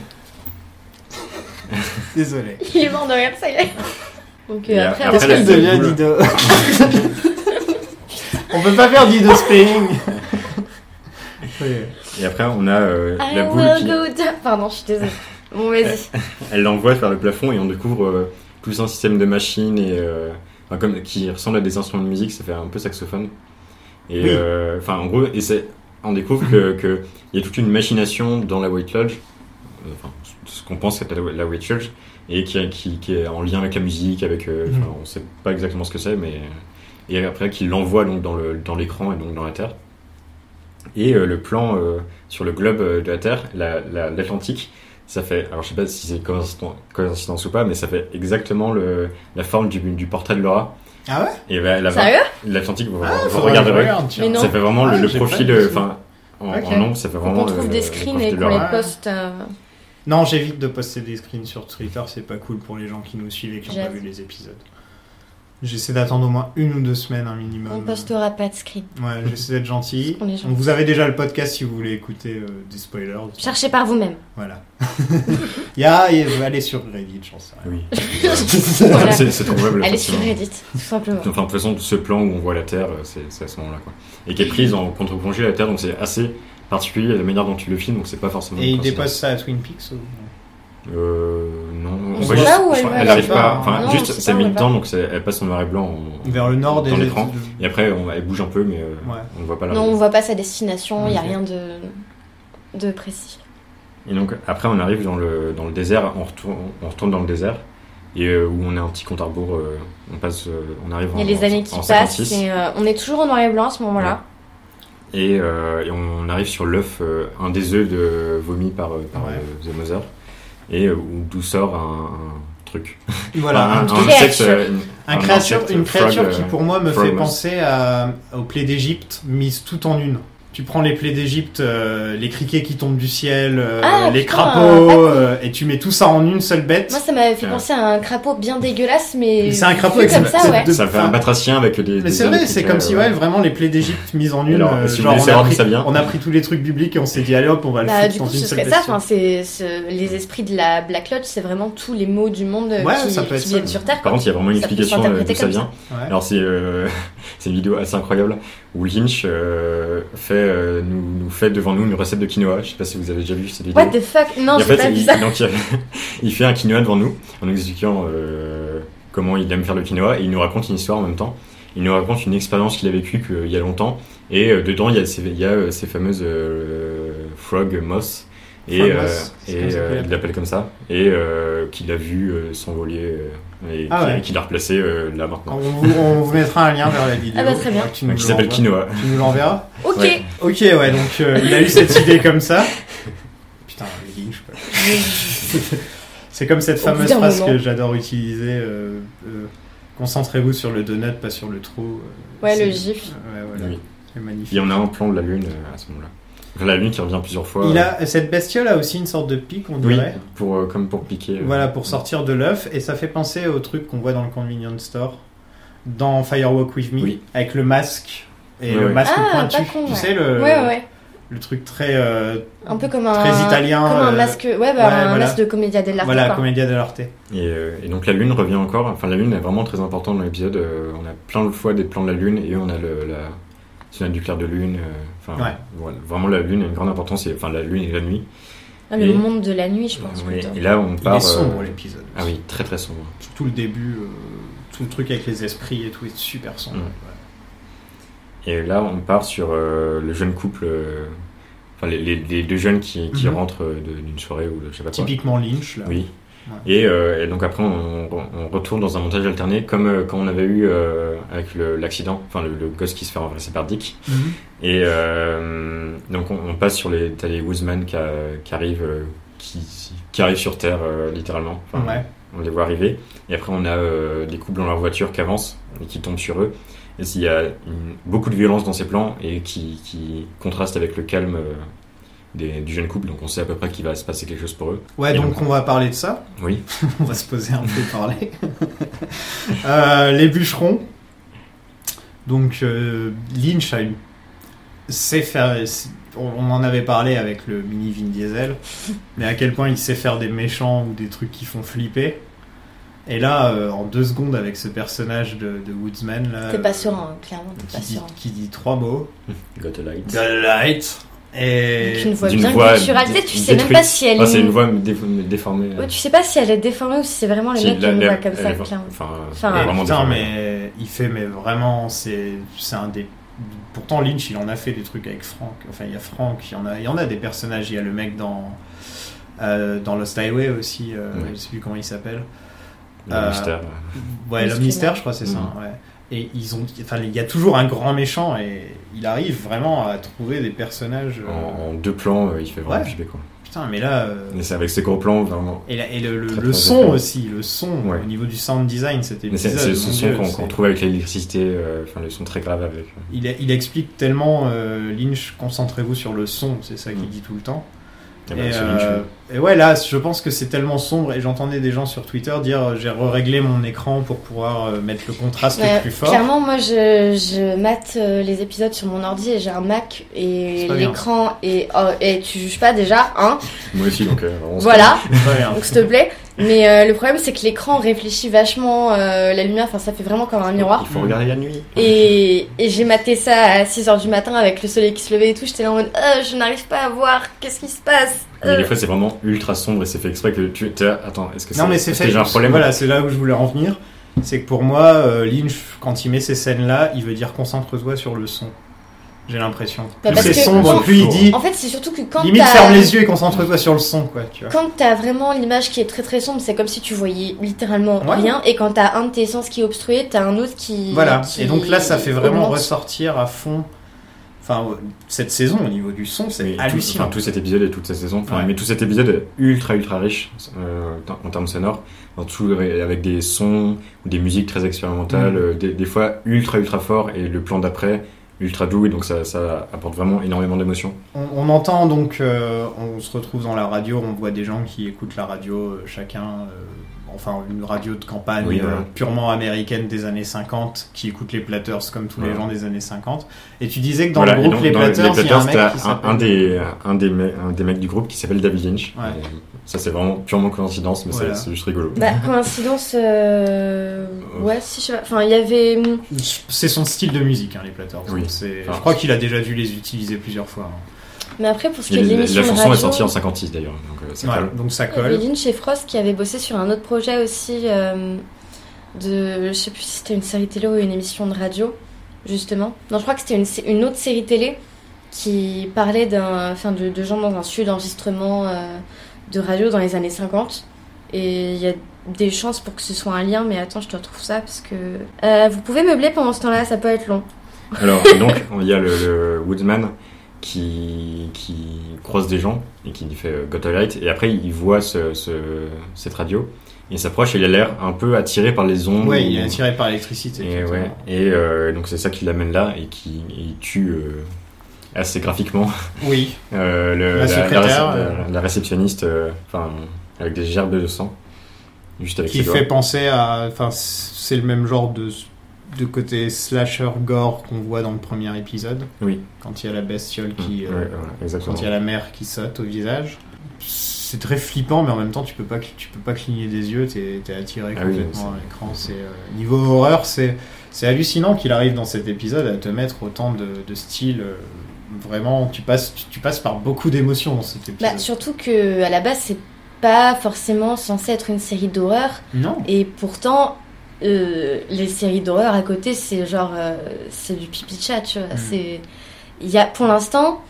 Désolé.
Il est mort de rire, ça y est. Donc euh,
Et
après,
après,
on-
la- qu'elle devient,
Dido On peut pas faire Dido Spelling.
Et après, on a euh,
I
la boule
will
qui.
go down. Pardon, je suis désolée. Bon, vas-y.
Elle l'envoie vers le plafond et on découvre euh, tout un système de machines et euh, enfin, comme qui ressemble à des instruments de musique, ça fait un peu saxophone. Et
Oui. Mhm.
euh, enfin en gros, et c'est- on découvre que que il y a toute une machination dans la White Lodge, euh, enfin ce qu'on pense être la, la White Lodge et qui, qui, qui est en lien avec la musique, avec euh,
Mhm.
enfin, on sait pas exactement ce que c'est, mais et après qui l'envoie donc dans le dans l'écran et donc dans la Terre. Et euh, le plan euh, sur le globe euh, de la Terre, la- la- l'Atlantique, ça fait, alors je sais pas si c'est coïncidence coïncidence ou pas, mais ça fait exactement le, la forme du, du portrait de Laura.
Ah ouais
Et ben, la-
Sérieux
l'Atlantique, vous,
Ah,
vous
faudrait
regarderez.
que je regarde, tiens.
Mais non.
Ça fait vraiment le-
Ah,
le,
j'ai pas
profil,
vu ça.
euh, enfin, en,
Ok.
en ombre, ça fait vraiment. euh,
On trouve
le-
des
le
screens
profil
et
de
qu'on
Laura.
les poste. euh,
Non, j'évite de poster des screens sur Twitter, c'est pas cool pour les gens qui nous suivent et qui n'ont
J'ai-
pas vu les épisodes. J'essaie d'attendre au moins une ou deux semaines un minimum.
Euh.
On postera pas de screen.
Ouais, j'essaie d'être gentil.
On est gentil.
Donc, Vous avez déjà le podcast si vous voulez écouter euh, des spoilers.
Cherchez par vous-même.
Voilà. Il y a, et euh, allez sur Reddit, j'en sais rien.
Oui.
Voilà.
C'est c'est trouvable.
Allez sur
facilement.
Reddit, tout simplement.
Enfin, de toute façon, ce plan où on voit la Terre, euh, c'est c'est à ce moment-là. quoi. Et qui est prise en contre-plongée, la Terre, donc c'est assez particulier la manière dont tu le filmes, donc c'est pas forcément.
Et
une
il
coïncidence.
dépasse ça à Twin Peaks ou...
Euh. Non.
On
voit
sait
juste-
pas où elle
je crois-
va,
elle
la
arrive
fin.
pas. Enfin,
Non, on
juste,
sait
ça
pas,
met
on
le
va
temps, donc c'est- elle passe en noir et blanc. en-
Vers le nord
dans
des
l'écran. Et après, on- elle bouge un peu, mais euh,
Ouais.
on ne voit pas la
Non, on voit pas sa destination, il n'y a
Ok.
rien de... de précis.
Et donc, après, on arrive dans le, dans le désert, on retourne, on retourne dans le désert, et euh, où on a un petit compte à rebours, euh, on passe, euh, on arrive
Il y a
en-
les années
en
qui passent
56,
et euh, on est toujours en noir et blanc à ce moment-là.
Et, euh, et on, on arrive sur l'œuf, euh, un des œufs de vomi par, euh, par
Ouais.
euh, The Mother, et euh, où d'où sort un, un truc.
Voilà,
Enfin,
un,
truc.
insecte,
Créature.
une-
un
un
créature,
insecte,
une
frog,
créature
euh,
qui pour moi me
frog
fait
moth.
penser à, aux plaies d'Égypte mises tout en une. Tu prends les plaies d'Égypte, euh, les criquets qui tombent du ciel, euh,
Ah,
les
putain,
crapauds,
un
euh, et tu mets tout ça en une seule bête.
Moi, ça m'avait fait
Ouais.
penser à un crapaud bien dégueulasse, mais.
C'est un crapaud
vu
avec
comme
sa-
ça, ouais.
de-
Ça fait un
enfin,
batracien avec des.
Mais
des
c'est vrai,
insectes,
c'est comme si
euh,
ouais, vraiment les plaies d'Égypte mises en une.
Alors,
euh,
si vous
genre,
voulez
on, a
savoir d'où
pris,
ça vient.
on a pris tous les trucs bibliques et on s'est dit allez hop, on va le
Bah,
foutre
du
dans
coup,
une
ce
seule
serait
bête.
ça. Enfin, c'est ce- les esprits de la Black Lodge, c'est vraiment tous les maux du monde euh,
Ouais,
qui,
ça peut être
qui
ça.
viennent sur Terre.
Par contre, il y a vraiment une
Ça peut
explication euh, d'où
s'interpréter
ça
comme ça.
vient.
Ouais.
Alors c'est euh, c'est une vidéo assez incroyable où Lynch euh, fait, euh, nous, nous fait devant nous une recette de quinoa. Je sais pas si vous avez déjà vu cette vidéo.
What the fuck Non,
Et en
j'ai
fait,
pas vu
il,
ça.
donc, il, il fait un quinoa devant nous en nous expliquant euh, comment il aime faire le quinoa et il nous raconte une histoire en même temps. Il nous raconte une expérience qu'il a vécue euh, il y a longtemps et euh, dedans il y a ces, il y a, euh, ces fameuses euh, frog moss et,
Frog
euh,
moss, c'est
et,
comme ça qu'on
euh,
l'appelle.
il l'appelle comme ça et euh, qu'il a vu euh, s'envoler euh, et
Ah
qu'il-
ouais.
qu'il a replacé euh, là maintenant.
On vous, on vous mettra un lien vers la vidéo.
Ah bah, très bien.
Tu nous
Qui s'appelle
l'envoies.
Quinoa.
Tu nous l'enverras.
Ok,
Ouais.
Ok, ouais, donc euh, il a eu cette idée comme ça. Putain, les lignes, je sais pas. C'est comme cette
Au bout
fameuse
d'un
phrase
moment.
que j'adore utiliser. euh, euh, Concentrez-vous sur le donut, pas sur le trou. euh,
Ouais,
c'est-
le gif.
Ouais, voilà.
Oui.
C'est
Il y
magnifique.
en a un plan de la Lune euh, à ce moment-là. Enfin, La Lune qui revient plusieurs fois.
Il
euh,
a, cette bestiole a aussi une sorte de pic, on
oui,
dirait.
pour, euh, comme pour piquer. euh,
Voilà, pour sortir de l'œuf. Et ça fait penser au truc qu'on voit dans le convenience store, dans Firewalk With Me,
Oui.
avec le masque. Et
Ouais,
le
ouais.
masque
Ah,
pointu.
pas con,
tu
ouais.
sais, le,
ouais, ouais.
le truc très. euh,
Un peu comme un.
Très italien,
Comme un
euh,
masque. Ouais, bah, un
voilà.
masque de comédia dell'arte.
voilà,
quoi.
Comédia dell'arte.
Et, euh, et donc la Lune revient encore. Enfin, la Lune est vraiment très importante dans l'épisode. euh, on a plein de fois des plans de la Lune et on a le, la sonnette du clair de Lune. euh, Enfin,
Ouais.
voilà, vraiment la Lune a une grande importance. Et, enfin, la Lune et la nuit.
Ah, mais
Et-
le monde de la nuit, je pense.
Ouais,
plutôt.
et là, on
Il
part.
est sombre
euh,
l'épisode.
Ah oui, très très sombre.
Tout le début, euh, tout le truc avec les esprits et tout est super sombre.
Mm.
Ouais.
Et là, on part sur euh, le jeune couple. euh, Enfin, les, les- les deux jeunes qui, qui
Mhm.
rentrent euh, de- d'une soirée ou de je sais pas quoi.
Typiquement Lynch là.
Oui.
Ouais.
Et, euh, et donc après, on, on retourne dans un montage alterné, comme euh, quand on avait eu euh, avec le- l'accident, enfin le, le gosse qui se fait renverser par Dick.
Mhm.
Et euh, donc on, on passe sur les, t'as les Woodsman qui, a- qui arrivent, euh, qui, qui arrivent sur Terre euh, littéralement. Enfin,
Ouais.
On les voit arriver. Et après, on a euh, des couples dans leur voiture qui avancent et qui tombent sur eux. Et il y a une- beaucoup de violence dans ces plans et qui, qui contraste avec le calme euh, des, du jeune couple. Donc on sait à peu près qu'il va se passer quelque chose pour eux.
Ouais,
Et
donc
donc-
on va parler de ça.
Oui.
on va se poser un peu et parler. Euh, les bûcherons. Donc euh, Lynch a une. sait faire. c'est- On on en avait parlé avec le mini Vin Diesel, mais à quel point il sait faire des méchants ou des trucs qui font flipper. Et là, euh, en deux secondes, avec ce personnage de, de Woodsman, là,
T'es pas
euh,
serein, hein, clairement, t'es
qui
pas
dit,
serein.
qui dit trois mots.
Got a light.
The light.
Donc, une
Et.
voix
D'une
bien
voix
culturelle, tu sais, tu sais même
détruite.
pas si elle
Ah, c'est
est.
une voix dé- déformée.
Ouais, tu sais pas si elle est déformée ou si c'est vraiment les
Si,
mecs qui
la-
ont une
la-
voix comme
elle
ça,
est vra-
clairement.
Enfin, euh,
Enfin,
Mais
vraiment
putain,
déformée.
mais il fait, mais vraiment, c'est c'est un des. Pourtant, Lynch, il en a fait des trucs avec Frank. Enfin, il y a Frank, il y en a, il y en a des personnages. Il y a le mec dans euh, dans Lost Highway aussi. euh,
Ouais.
Je sais plus comment il s'appelle.
Le
euh, Ouais,
mystère.
Miss
l'homme
Kidman.
mystère, je crois, c'est ça.
Mm.
ouais. Et ils ont, enfin, il y a toujours un grand méchant et il arrive vraiment à trouver des personnages.
En,
euh,
en deux plans, euh, il fait vraiment
Ouais.
flipper, quoi.
Putain, mais là. euh,
Mais c'est avec ses gros plans, vraiment.
Et, la- et le, le-
Très,
le
très
son
différent.
aussi, le son
Ouais.
au niveau du sound design, c'était.
Mais c'est c'est ce son qu'on qu'on trouve avec l'électricité, euh, enfin le son très grave avec. euh,
Il, il explique tellement euh, Lynch, concentrez-vous sur le son, c'est ça qu'il
Mm.
dit tout le temps.
Et
Et,
ben, ce
euh,
Lynch,
et ouais, là, je pense que c'est tellement sombre. Et j'entendais des gens sur Twitter dire euh, j'ai réglé mon écran pour pouvoir euh, mettre le contraste
Ouais,
plus fort.
Clairement, moi, je, je mate euh, les épisodes sur mon ordi et j'ai un Mac
C'est
et
pas bien.
l'écran et oh, et tu juges pas déjà, hein
Moi aussi, donc. euh, on se-
Voilà,
Très bien.
donc s'il te plaît. Mais euh, le problème, c'est que l'écran réfléchit vachement euh, la lumière. Enfin, ça fait vraiment comme un miroir.
Il faut regarder la nuit.
Et, et j'ai maté ça à 6h du matin avec le soleil qui se levait et tout. J'étais là en mode, Ah, je n'arrive pas à voir, qu'est-ce qui se passe
Mais des
Euh.
fois, c'est vraiment ultra sombre et c'est fait exprès que tu. t'es là, Attends, est-ce que c'est
Non, mais c'est
est-ce que
fait.
j'ai un problème
Voilà, c'est là où je voulais en venir. C'est que pour moi, euh, Lynch, quand il met ces scènes-là, il veut dire concentre-toi sur le son. J'ai l'impression.
Bah,
Plus
parce
c'est
que-
sombre, plus il dit.
En fait, c'est surtout que quand
Limite,
t'as-
ferme les yeux et concentre-toi sur le son, quoi. Tu vois.
Quand t'as vraiment l'image qui est très très sombre, c'est comme si tu voyais littéralement
Ouais.
rien. Et quand t'as un de tes sens qui est obstrué, t'as un autre qui.
Voilà,
qui
et donc là, ça fait vraiment
augmente.
ressortir à fond. enfin euh, cette saison au niveau du son, c'est
Mais tout-
hallucinant.
enfin, tout cet épisode et toute sa saison. Enfin,
Ouais.
Mais tout cet épisode est ultra ultra riche euh, en- en termes sonores. En tout, avec avec des sons ou des musiques très expérimentales,
Mm.
euh, des, des fois ultra ultra fort et le plan d'après ultra doux et donc ça, ça apporte vraiment énormément d'émotions.
On, on entend donc, euh, on se retrouve dans la radio, on voit des gens qui écoutent la radio, euh, chacun, euh, enfin une radio de campagne
Oui,
euh,
voilà.
purement américaine des années 50, qui écoute les Platters comme tous les
Voilà.
gens des années 50. Et tu disais que dans
Voilà,
le
et
groupe
donc,
les
dans les-
Platters,
les
il y a un
Platters,
mec qui
t'as un, un
s'appelle...
des, un, des me- un des mecs du groupe qui s'appelle David Lynch.
Ouais.
Et Ça c'est vraiment purement coïncidence, mais c'est-
Voilà.
c'est juste rigolo.
Bah, coïncidence. euh, Ouais, si je sais pas. Enfin, il y avait. hum,
C'est son style de musique, hein, les Platters.
Oui.
C'est-
Enfin,
je crois qu'il a déjà dû les utiliser plusieurs fois. hein.
Mais après, pour ce
Et
qui est de
les- la
l'émission de
chanson
radio,
est sortie en 56 d'ailleurs, donc euh, ça
Ouais,
colle.
donc ça
Il y avait
colle.
Lynch et Frost qui avaient bossé sur un autre projet aussi euh, de. Je sais plus si c'était une série télé ou une émission de radio, justement. Non, je crois que c'était une, sé- une autre série télé qui parlait d'un, enfin, de, de gens dans un studio d'enregistrement euh, de radio dans les années 50. Et il y a des chances pour que ce soit un lien, mais attends, je te retrouve ça parce que. Euh, vous pouvez meubler pendant ce temps-là, ça peut être long.
Alors, et donc, il y a le, le Woodman qui, qui croise des gens et qui fait euh, Got a light, et après il voit ce, ce- cette radio, il s'approche et il a l'air un peu attiré par les ondes.
Ouais, il est
Ou-
attiré par l'électricité.
Et,
effectivement.
ouais, et euh, donc c'est ça qui l'amène là et qui et tue euh, assez graphiquement
Oui,
euh, le-
La secrétaire,
récep-
euh.
la réceptionniste, euh, enfin, avec des gerbes de sang, juste avec
qui
ses doigts.
fait penser à. Enfin, c'est le même genre de, de côté slasher gore qu'on voit dans le premier épisode.
Oui.
Quand il y a la bestiole qui.
Mmh, Ouais,
euh,
voilà,
quand
exactement.
il y a la mère qui saute au visage. C'est très flippant, mais en même temps, tu peux pas, cl- tu peux pas cligner des yeux, t'es es attiré
Ah oui,
complètement
c'est-
à l'écran. C'est, euh, niveau horreur, c'est c'est hallucinant qu'il arrive dans cet épisode à te mettre autant de, de styles. euh, Vraiment, tu passes, tu, tu passes par beaucoup d'émotions dans cet épisode.
Bah, surtout que à la base, c'est pas forcément censé être une série d'horreur.
Non,
Et pourtant, euh, les séries d'horreur à côté, c'est genre, euh, c'est du pipi de chat, tu vois.
Mhm.
C'est, il y a, pour l'instant,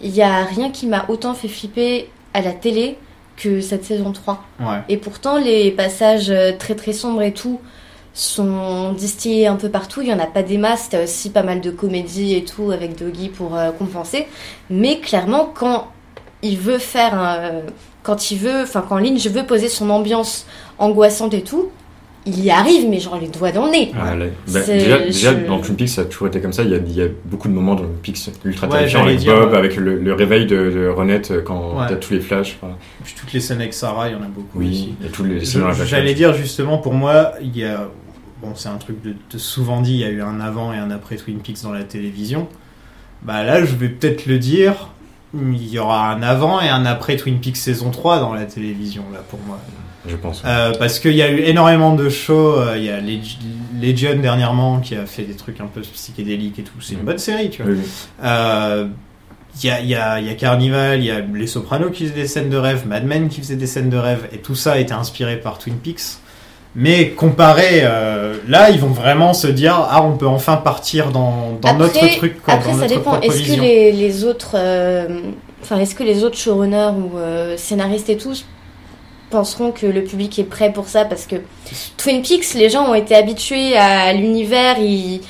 il y a rien qui m'a autant fait flipper à la télé que cette saison 3.
ouais.
Et pourtant, les passages euh, très très sombres et tout sont distillés un peu partout. Il y en a pas des masses. T'as aussi pas mal de comédies et tout avec Doggy pour euh, compenser. Mais clairement, quand il veut faire, un- quand il veut, enfin quand Lynch veut poser son ambiance angoissante et tout, il y arrive, mais genre les doigts dans le nez.
Ah, là- bah,
C'est-
déjà, déjà,
je-
dans Twin Peaks, ça a toujours été comme ça. Il y a, il y a beaucoup de moments dans Twin Peaks ultra
Ouais,
terrifiants
j'allais
avec
dire,
Bob,
ouais.
avec le, le réveil de, de Renette euh, quand
Ouais.
t'as tous les flashs. enfin,
Puis toutes les scènes avec Sarah, il y en a beaucoup aussi.
oui, et tous les. c'est dans la
Je-
flashback.
J'allais dire justement, pour moi, il y a. Bon, c'est un truc de, de souvent dit, il y a eu un avant et un après Twin Peaks dans la télévision. Bah là, je vais peut-être le dire, il y aura un avant et un après Twin Peaks saison 3 dans la télévision, là, pour moi.
Je pense.
Euh, parce qu'il y a eu énormément de shows, euh, il y a Leg- Legion dernièrement qui a fait des trucs un peu psychédéliques et tout, c'est une
Mm.
bonne série, tu vois.
Oui, oui.
Euh, Il y, a, il y, a, il y a Carnival, il y a Les Sopranos qui faisaient des scènes de rêve, Mad Men qui faisait des scènes de rêve, et tout ça était inspiré par Twin Peaks. Mais comparé, euh, là, ils vont vraiment se dire ah, on peut enfin partir dans, dans
Après-
notre truc. Quoi,
Après,
dans
ça
notre
dépend.
propre
Est-ce que
vision.
les, les autres, euh, enfin, est-ce que les autres showrunners ou euh, scénaristes et tous penseront que le public est prêt pour ça Parce que Twin Peaks, les gens ont été habitués à l'univers. Ils,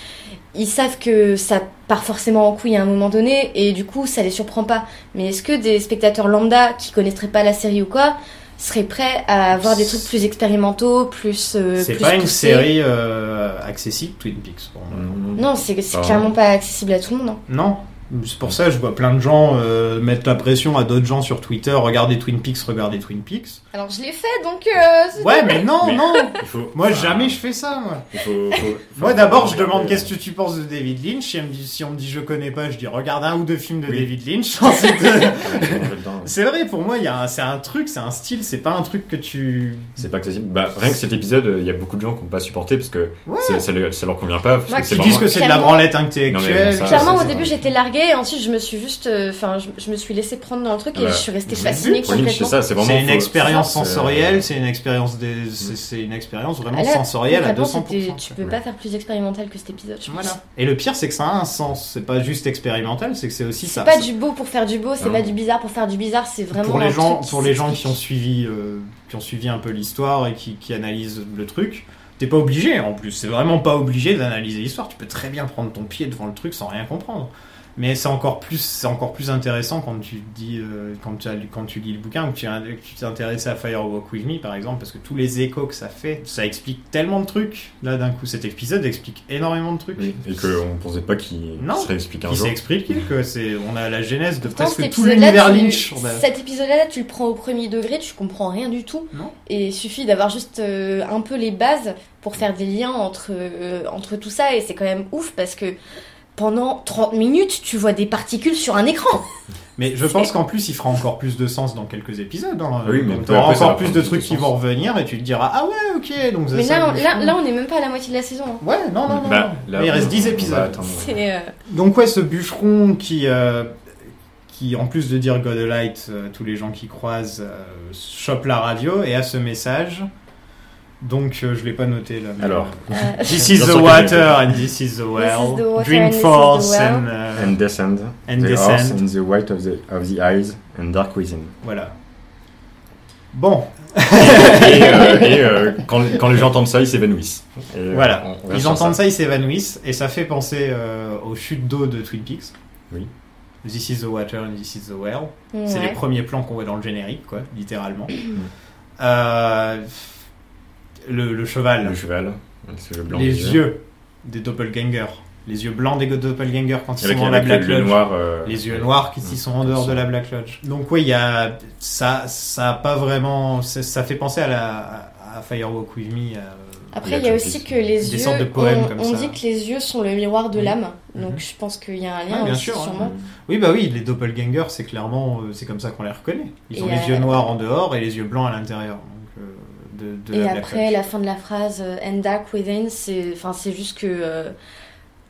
ils savent que ça part forcément en couille à un moment donné, et du coup, ça les surprend pas. Mais est-ce que des spectateurs lambda qui connaîtraient pas la série ou quoi seraient prêts à voir des trucs plus expérimentaux, plus euh,
C'est
plus
pas une
poussés
série euh, accessible, Twin Peaks. pour moi.
Non, c'est c'est
Ah.
clairement pas accessible à tout le monde. hein.
Non. C'est pour ça que je vois plein de gens euh, mettre la pression à d'autres gens sur Twitter regardez Twin Peaks, regardez Twin Peaks.
Alors je l'ai fait, donc euh, c'est-
Ouais, mais non,
Mais-
non
Il faut-
Moi,
enfin,
jamais je fais ça, moi.
il faut- faut-
Moi
faut-
d'abord, je
faut-
demande
euh,
qu'est-ce que tu penses de David Lynch. Si, elle me dit, si on me dit je connais pas, je dis regarde un ou deux films de
Oui.
David Lynch. Ensuite, euh,
dedans.
c'est vrai, pour moi, il y a un- c'est un truc, c'est un style, c'est pas un truc que tu.
C'est pas accessible. Bah, rien que cet épisode, euh, il y a beaucoup de gens qui n'ont pas supporté parce que
Ouais.
ça, ça leur- ça leur convient pas. Parce
Moi,
que
qui
c'est
Ils
vraiment-
disent que c'est de la
Clairement.
branlette
Non, mais
intellectuelle.
ça,
Clairement,
c'est
au
ça.
début, j'étais larguée, et ensuite, je me suis juste. euh, Enfin, je, je me suis laissée prendre dans le truc et
Bah,
je suis restée
oui,
fascinée
pour Lynch, c'est
complètement.
ça, c'est vraiment.
C'est une
faut-
expérience
c'est- euh,
sensorielle, c'est une expérience des, c'est c'est une expérience vraiment
Ah Là,
sensorielle à
concrètement,
200%.
c'était- Tu peux
Ouais.
pas faire plus expérimental que cet épisode, je pense.
Voilà. Et le pire, c'est que ça a un sens. C'est pas juste expérimental, c'est que c'est aussi ça. Ah
C'est pas du beau pour faire du beau, c'est
Non.
pas du bizarre pour faire du bizarre, c'est vraiment.
pour
un
les gens,
truc
pour les gens qui ont
s'explique.
suivi, euh, qui ont suivi un peu l'histoire et qui, qui analysent le truc, t'es pas obligé. En plus, c'est vraiment pas obligé d'analyser l'histoire. Tu peux très bien prendre ton pied devant le truc sans rien comprendre. Mais c'est encore plus, c'est encore plus intéressant quand tu dis, euh, quand tu as lu- quand tu lis le bouquin ou que tu que tu t'es intéressé à Firewalk with Me par exemple, parce que tous les échos que ça fait, ça explique tellement de trucs. Là d'un coup, cet épisode explique énormément de trucs.
Et qu'on ne pensait pas qu'il
Non.
se réexplique un
Qui
jour.
s'explique que c'est, on a la genèse de
Pourtant,
presque
cet
tout
épisode-là,
l'univers
tu-
Lynch. On a-
cet épisode-là, là, tu le prends au premier degré, tu comprends rien du tout.
Non.
Et il suffit d'avoir juste euh, un peu les bases pour faire des liens entre, euh, entre tout ça. Et c'est quand même ouf parce que pendant 30 minutes, tu vois des particules sur un écran.
Mais je pense qu'en plus, il fera encore plus de sens dans quelques épisodes. Hein.
Ah oui, mais
Donc,
peu
t'auras
après, ça va
encore plus
prendre
de
plus de
trucs qui
sens.
vont revenir et tu te diras Ah ouais, ok, donc c'est
Mais
ça.
là, on,
que je
là,
fais.
là, on n'est même pas à la moitié de la saison. hein.
Ouais, non, non, non.
Bah,
non.
là,
Mais il reste
on-
10
on va
épisodes.
attendre.
C'est, euh,
Donc, ouais, ce bûcheron qui, euh, qui en plus de dire God of Light, euh, tous les gens qui croisent, euh, chope la radio et a ce message. Donc, euh, je l'ai pas noté là. mais-
Alors.
euh,
This is the
Bien sûr que je l'ai
water
pas.
and this is the
This is the
well.
water and
Drink
this is the
force
well.
and. euh,
And descend.
And
the
descend.
horse in the white of the, of the eyes and dark within.
Voilà. Bon,
et euh, et, euh, quand, quand les gens entendent ça, ils s'évanouissent. Et, euh,
Voilà,
on- on reste
ils
sur
entendent ça, ils s'évanouissent, et ça fait penser euh, aux chutes d'eau de Twin Peaks.
Oui.
This is the water and this is the well. C'est les
ouais.
premiers plans qu'on voit dans le générique, quoi, littéralement.
Mm.
Euh, le, le cheval,
Le cheval, avec ce blanc
les
des
yeux des doppelgangers, les yeux blancs des doppelgangers quand ils
Avec,
sont dans la
avec
Black
le, le
Lodge.
noir. euh,
Les yeux noirs qui s'y
Mm.
sont en dehors de la Black Lodge. Donc oui, il y a ça, ça a pas vraiment, ça, ça fait penser à la à Firewalk with Me. euh,
Après, il y a aussi que les
Des
yeux.
sortes de poèmes
on
comme
on
ça.
dit que les yeux sont le miroir de
Oui.
l'âme. Donc
Mhm.
je pense qu'il y a un
Ouais,
lien
bien
aussi,
sûr, hein.
sûrement.
Oui, bah oui, les doppelgangers, c'est clairement, euh, c'est comme ça qu'on les reconnaît. Ils ont
Et,
les
euh,
yeux noirs en dehors et les yeux blancs à l'intérieur. donc, euh, de- de la
Et
Black
après,
Lodge.
la fin de la phrase euh, And Dark Within, c'est enfin, c'est juste que euh,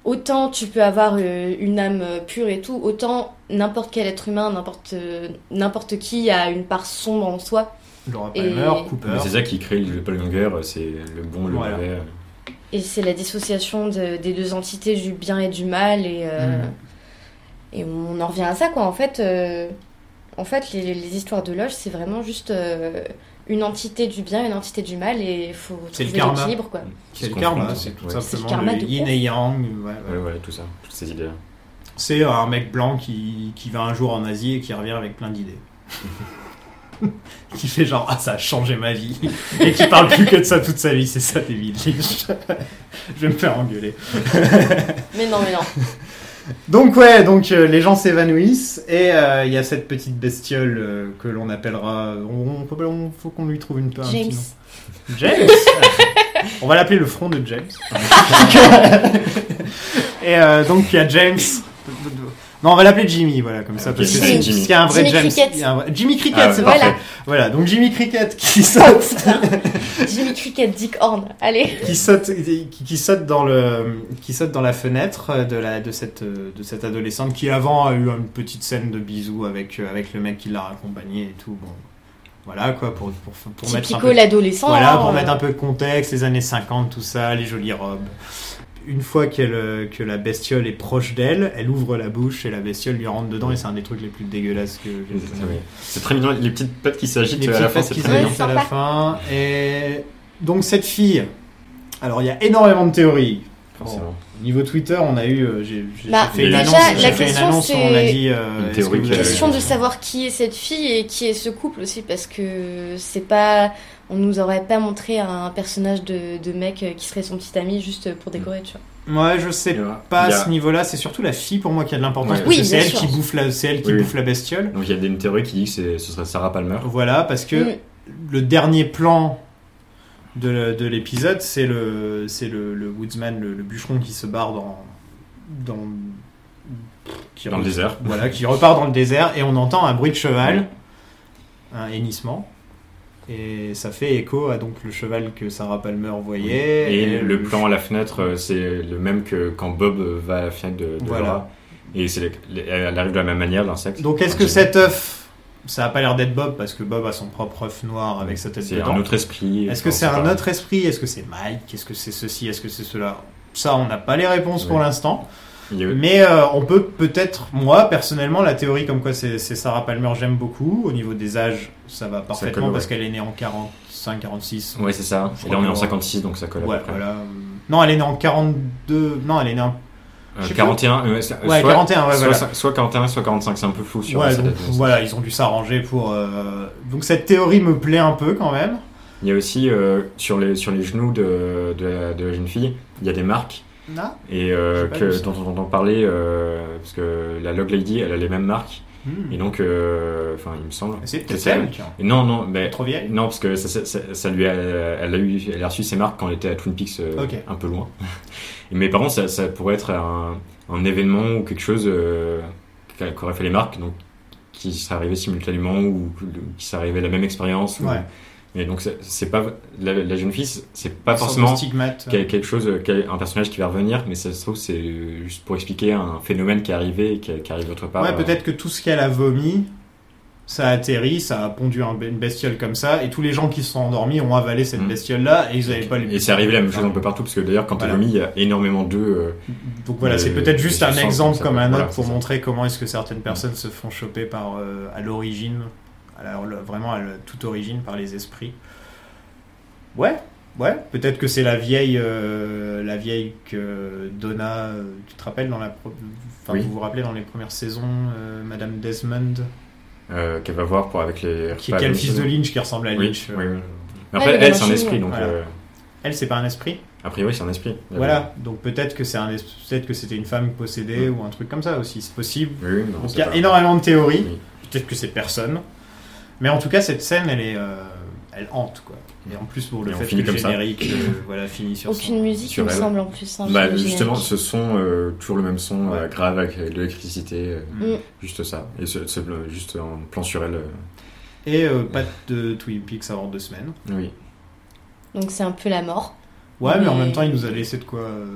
autant tu peux avoir euh, une âme euh, pure et tout, autant n'importe quel être humain, n'importe euh, n'importe qui a une part sombre en soi.
Laura
et-
Palmer, Cooper.
Mais c'est ça qui crée le doppelganger, c'est le bon, le
Voilà.
mauvais. euh,
Et c'est la dissociation de- des deux entités du bien et du mal. Et, euh,
Mhm.
et on en revient à ça, quoi. En fait, euh, en fait les, les histoires de loge, c'est vraiment juste euh, une entité du bien, une entité du mal. Et il faut
C'est le
trouver
karma.
l'équilibre, quoi.
C'est
qui
le
se
karma,
confrontent.
c'est tout
Ouais.
C'est le
simplement
karma
le
de
yin
ouf.
et yang. ouais, ouais.
Ouais, ouais, tout ça, toutes ces idées-là.
C'est euh, un mec blanc qui, qui va un jour en Asie et qui revient avec plein d'idées. qui fait genre ah ça a changé ma vie et qui parle plus que de ça toute sa vie c'est ça David Lynch je vais me faire engueuler
Mais non, mais non.
Donc ouais, donc euh, les gens s'évanouissent et euh, il y a cette petite bestiole euh, que l'on appellera, on, on peut- on- faut qu'on lui trouve une un petit
James.
nom. James. on va l'appeler le front de James. et euh, donc il y a James. Non, on va l'appeler Jimmy, voilà, comme ça, parce que
Jimmy.
c'est- parce qu'il y a un vrai
Jimmy
James.
Cricket.
il y a un vrai- Jimmy Cricket,
Ah ouais,
c'est
Voilà.
parfait. Voilà, donc Jimmy Cricket qui saute,
Jimmy Cricket, Dick Horn. Allez.
qui saute, qui, qui saute dans le, qui saute dans la fenêtre de la, de cette, euh, de cette adolescente qui avant a eu une petite scène de bisous avec, euh, avec le mec qui l'a raccompagné et tout. Bon, voilà quoi pour, pour, pour mettre un
Typico
peu,
l'adolescent.
voilà
hein,
pour
euh,
mettre un peu de contexte, les années 50, tout ça, les jolies robes. Une fois qu'elle, euh, que la bestiole est proche d'elle, elle ouvre la bouche et la bestiole lui rentre dedans et c'est un des trucs les plus dégueulasses que j'ai
C'est- ouais. C'est très mignon, les petites pattes qui s'agitent
les
à la
petites
fin,
pattes
c'est
qui
très
s'agitent.
mignon.
s'arrêtent à la fin. Et donc cette fille, alors il y a énormément de théories.
Forcément.
Au niveau Twitter, on a eu, euh, j'ai j'ai-
Bah,
j'ai fait une
déjà,
annonce,
la
j'ai fait une
question,
annonce où on a
c'est
dit euh,
une
est-ce
théorie
que vous
qui a-
avez-
Question de savoir qui est cette fille et qui est ce couple aussi, parce que c'est pas. On nous aurait pas montré un personnage de, de mec qui serait son petit ami juste pour décorer, tu vois.
Ouais, je sais
Il y a-
pas à
il y a-
ce niveau-là, c'est surtout la fille pour moi qui a de l'importance
Ouais.
parce
Oui,
que c'est
bien
elle
sûr.
qui bouffe la c'est elle qui
Oui, oui.
bouffe la bestiole.
Donc il y a des- une théorie qui dit que c'est- ce serait Sarah Palmer.
Voilà, parce que
Mm.
le dernier plan de, de l'épisode, c'est le c'est le, le woodsman, le, le bûcheron qui se barre dans dans qui
Dans le désert.
Voilà, qui repart dans le désert et on entend un bruit de cheval, un hennissement. Et ça fait écho à donc le cheval que Sarah Palmer voyait.
Et, le plan à la fenêtre, euh, c'est le même que quand Bob euh, va à la fenêtre de, de
Voilà.
Laura. Et c'est les- les- elle arrive de la même manière, l'insecte.
Donc est-ce que
Enfin,
cet œuf, ça a pas l'air d'être Bob parce que Bob a son propre œuf noir avec sa tête
c'est
dedans.
un autre esprit
Est-ce que
enfin,
c'est un
pas-
autre esprit Est-ce que c'est Mike Est-ce que c'est ceci Est-ce que c'est cela Ça, on n'a pas les réponses pour
Ouais.
l'instant.
Il y a-
Mais euh, on peut peut-être, moi personnellement, la théorie comme quoi c'est c'est Sarah Palmer, j'aime beaucoup. Au niveau des âges, ça va parfaitement
colle, ouais.
parce qu'elle est née en 45, 46.
Ouais, c'est ça.
Je
Et là, on est
crois
en
que-
56, donc ça colle à
Ouais,
peu près.
voilà. Non, elle est née en 42. Non, elle est née en.
Euh,
Je sais
41, euh, c'est-
Ouais, 41, ouais,
soit,
voilà.
soit 41, soit 45, c'est un peu flou sur
Ouais,
la
donc,
date.
voilà, ils ont dû s'arranger pour. euh, Donc cette théorie me plaît un peu quand même.
Il y a aussi euh, sur, les, sur les genoux de, de, la, de la jeune fille, il y a des marques
Ah.
et euh,
J'ai pas vu
que,
ça.
dont on entend parler euh, parce que la Log Lady, elle a les mêmes marques
Hmm.
et donc, euh, enfin, il me semble.
C'est
que
peut-être
c'est
elle,
elle.
tiens.
Et Non, non, mais
Trop vieille.
non parce que ça, ça- ça- ça lui a, elle a eu, elle a reçu ses marques quand elle était à Twin Peaks, euh,
Ok.
un peu loin. Mais par contre, ça, ça pourrait être un, un événement ou quelque chose euh, qu'a- qu'aurait fait les marques, donc qui serait arrivé simultanément ou qui serait arrivé la même expérience. ou-
Ouais.
Et donc c'est- c'est pas la, la jeune fille, c'est- c'est pas
Une sorte de
forcément
Stigmate.
quel- quelque chose, euh, quel- un personnage qui va revenir, mais ça se trouve c'est euh, juste pour expliquer un phénomène qui est arrivé, et qui, qui arrive autre part.
Ouais,
euh,
peut-être que tout ce qu'elle a vomi, ça a atterri, ça a pondu un- une bestiole comme ça, et tous les gens qui se sont endormis ont avalé cette
Mm.
bestiole-là, et ils n'avaient pas les. Ah,
Et c'est arrivé la même chose un peu partout, parce que d'ailleurs, quand
Voilà.
on vomi, il y a énormément d'œufs. euh,
Donc voilà, c'est
Euh,
peut-être juste
et
un
je sens
exemple
que ça
comme
peut-
un autre
voilà,
pour
c'est ça. Mm.
montrer comment est-ce que certaines personnes se font choper par, euh, à l'origine, à la- le- vraiment à la- toute origine, par les esprits. Ouais, ouais, peut-être que c'est la vieille, euh, la vieille que Donna, euh, tu te rappelles, dans la pro- enfin,
Oui.
vous vous rappelez dans les premières saisons, euh, Madame Desmond,
euh, qu'elle va voir pour avec les.
qui
repas
est le
de-
fils de Lynch qui ressemble à
Oui,
Lynch.
oui,
euh,
oui. Mais Après,
Ah, il est
elle, c'est un
machine,
esprit, donc.
voilà.
euh,
Elle, c'est pas un esprit
a priori, c'est un esprit.
Voilà, donc peut-être que c'est un es- peut-être que c'était une femme possédée
Mm.
ou un truc comme ça aussi, c'est possible.
Oui, oui, non,
Donc
c'est
il y a
pas-
énormément de théories.
Oui.
Peut-être que c'est personne. Mais en tout cas, cette scène, elle est, euh, elle hante quoi. Et en plus pour le
Et on
fait que
finit
le
comme ça.
générique, euh, voilà, finit sur
Aucune musique,
sur
il me
elle.
semble, en plus. hein, sur
Bah,
le
justement,
générique.
ce son, euh, toujours le même son, euh,
Ouais.
grave avec de l'électricité, euh,
son.
Mm.
juste ça. Et ce, ce- le- juste en plan sur elle. euh,
Et euh, pas de Twin Peaks avant deux semaines.
oui.
Donc c'est un peu la mort.
Ouais, mais, en
Mais-
même temps, il nous a laissé de quoi. euh,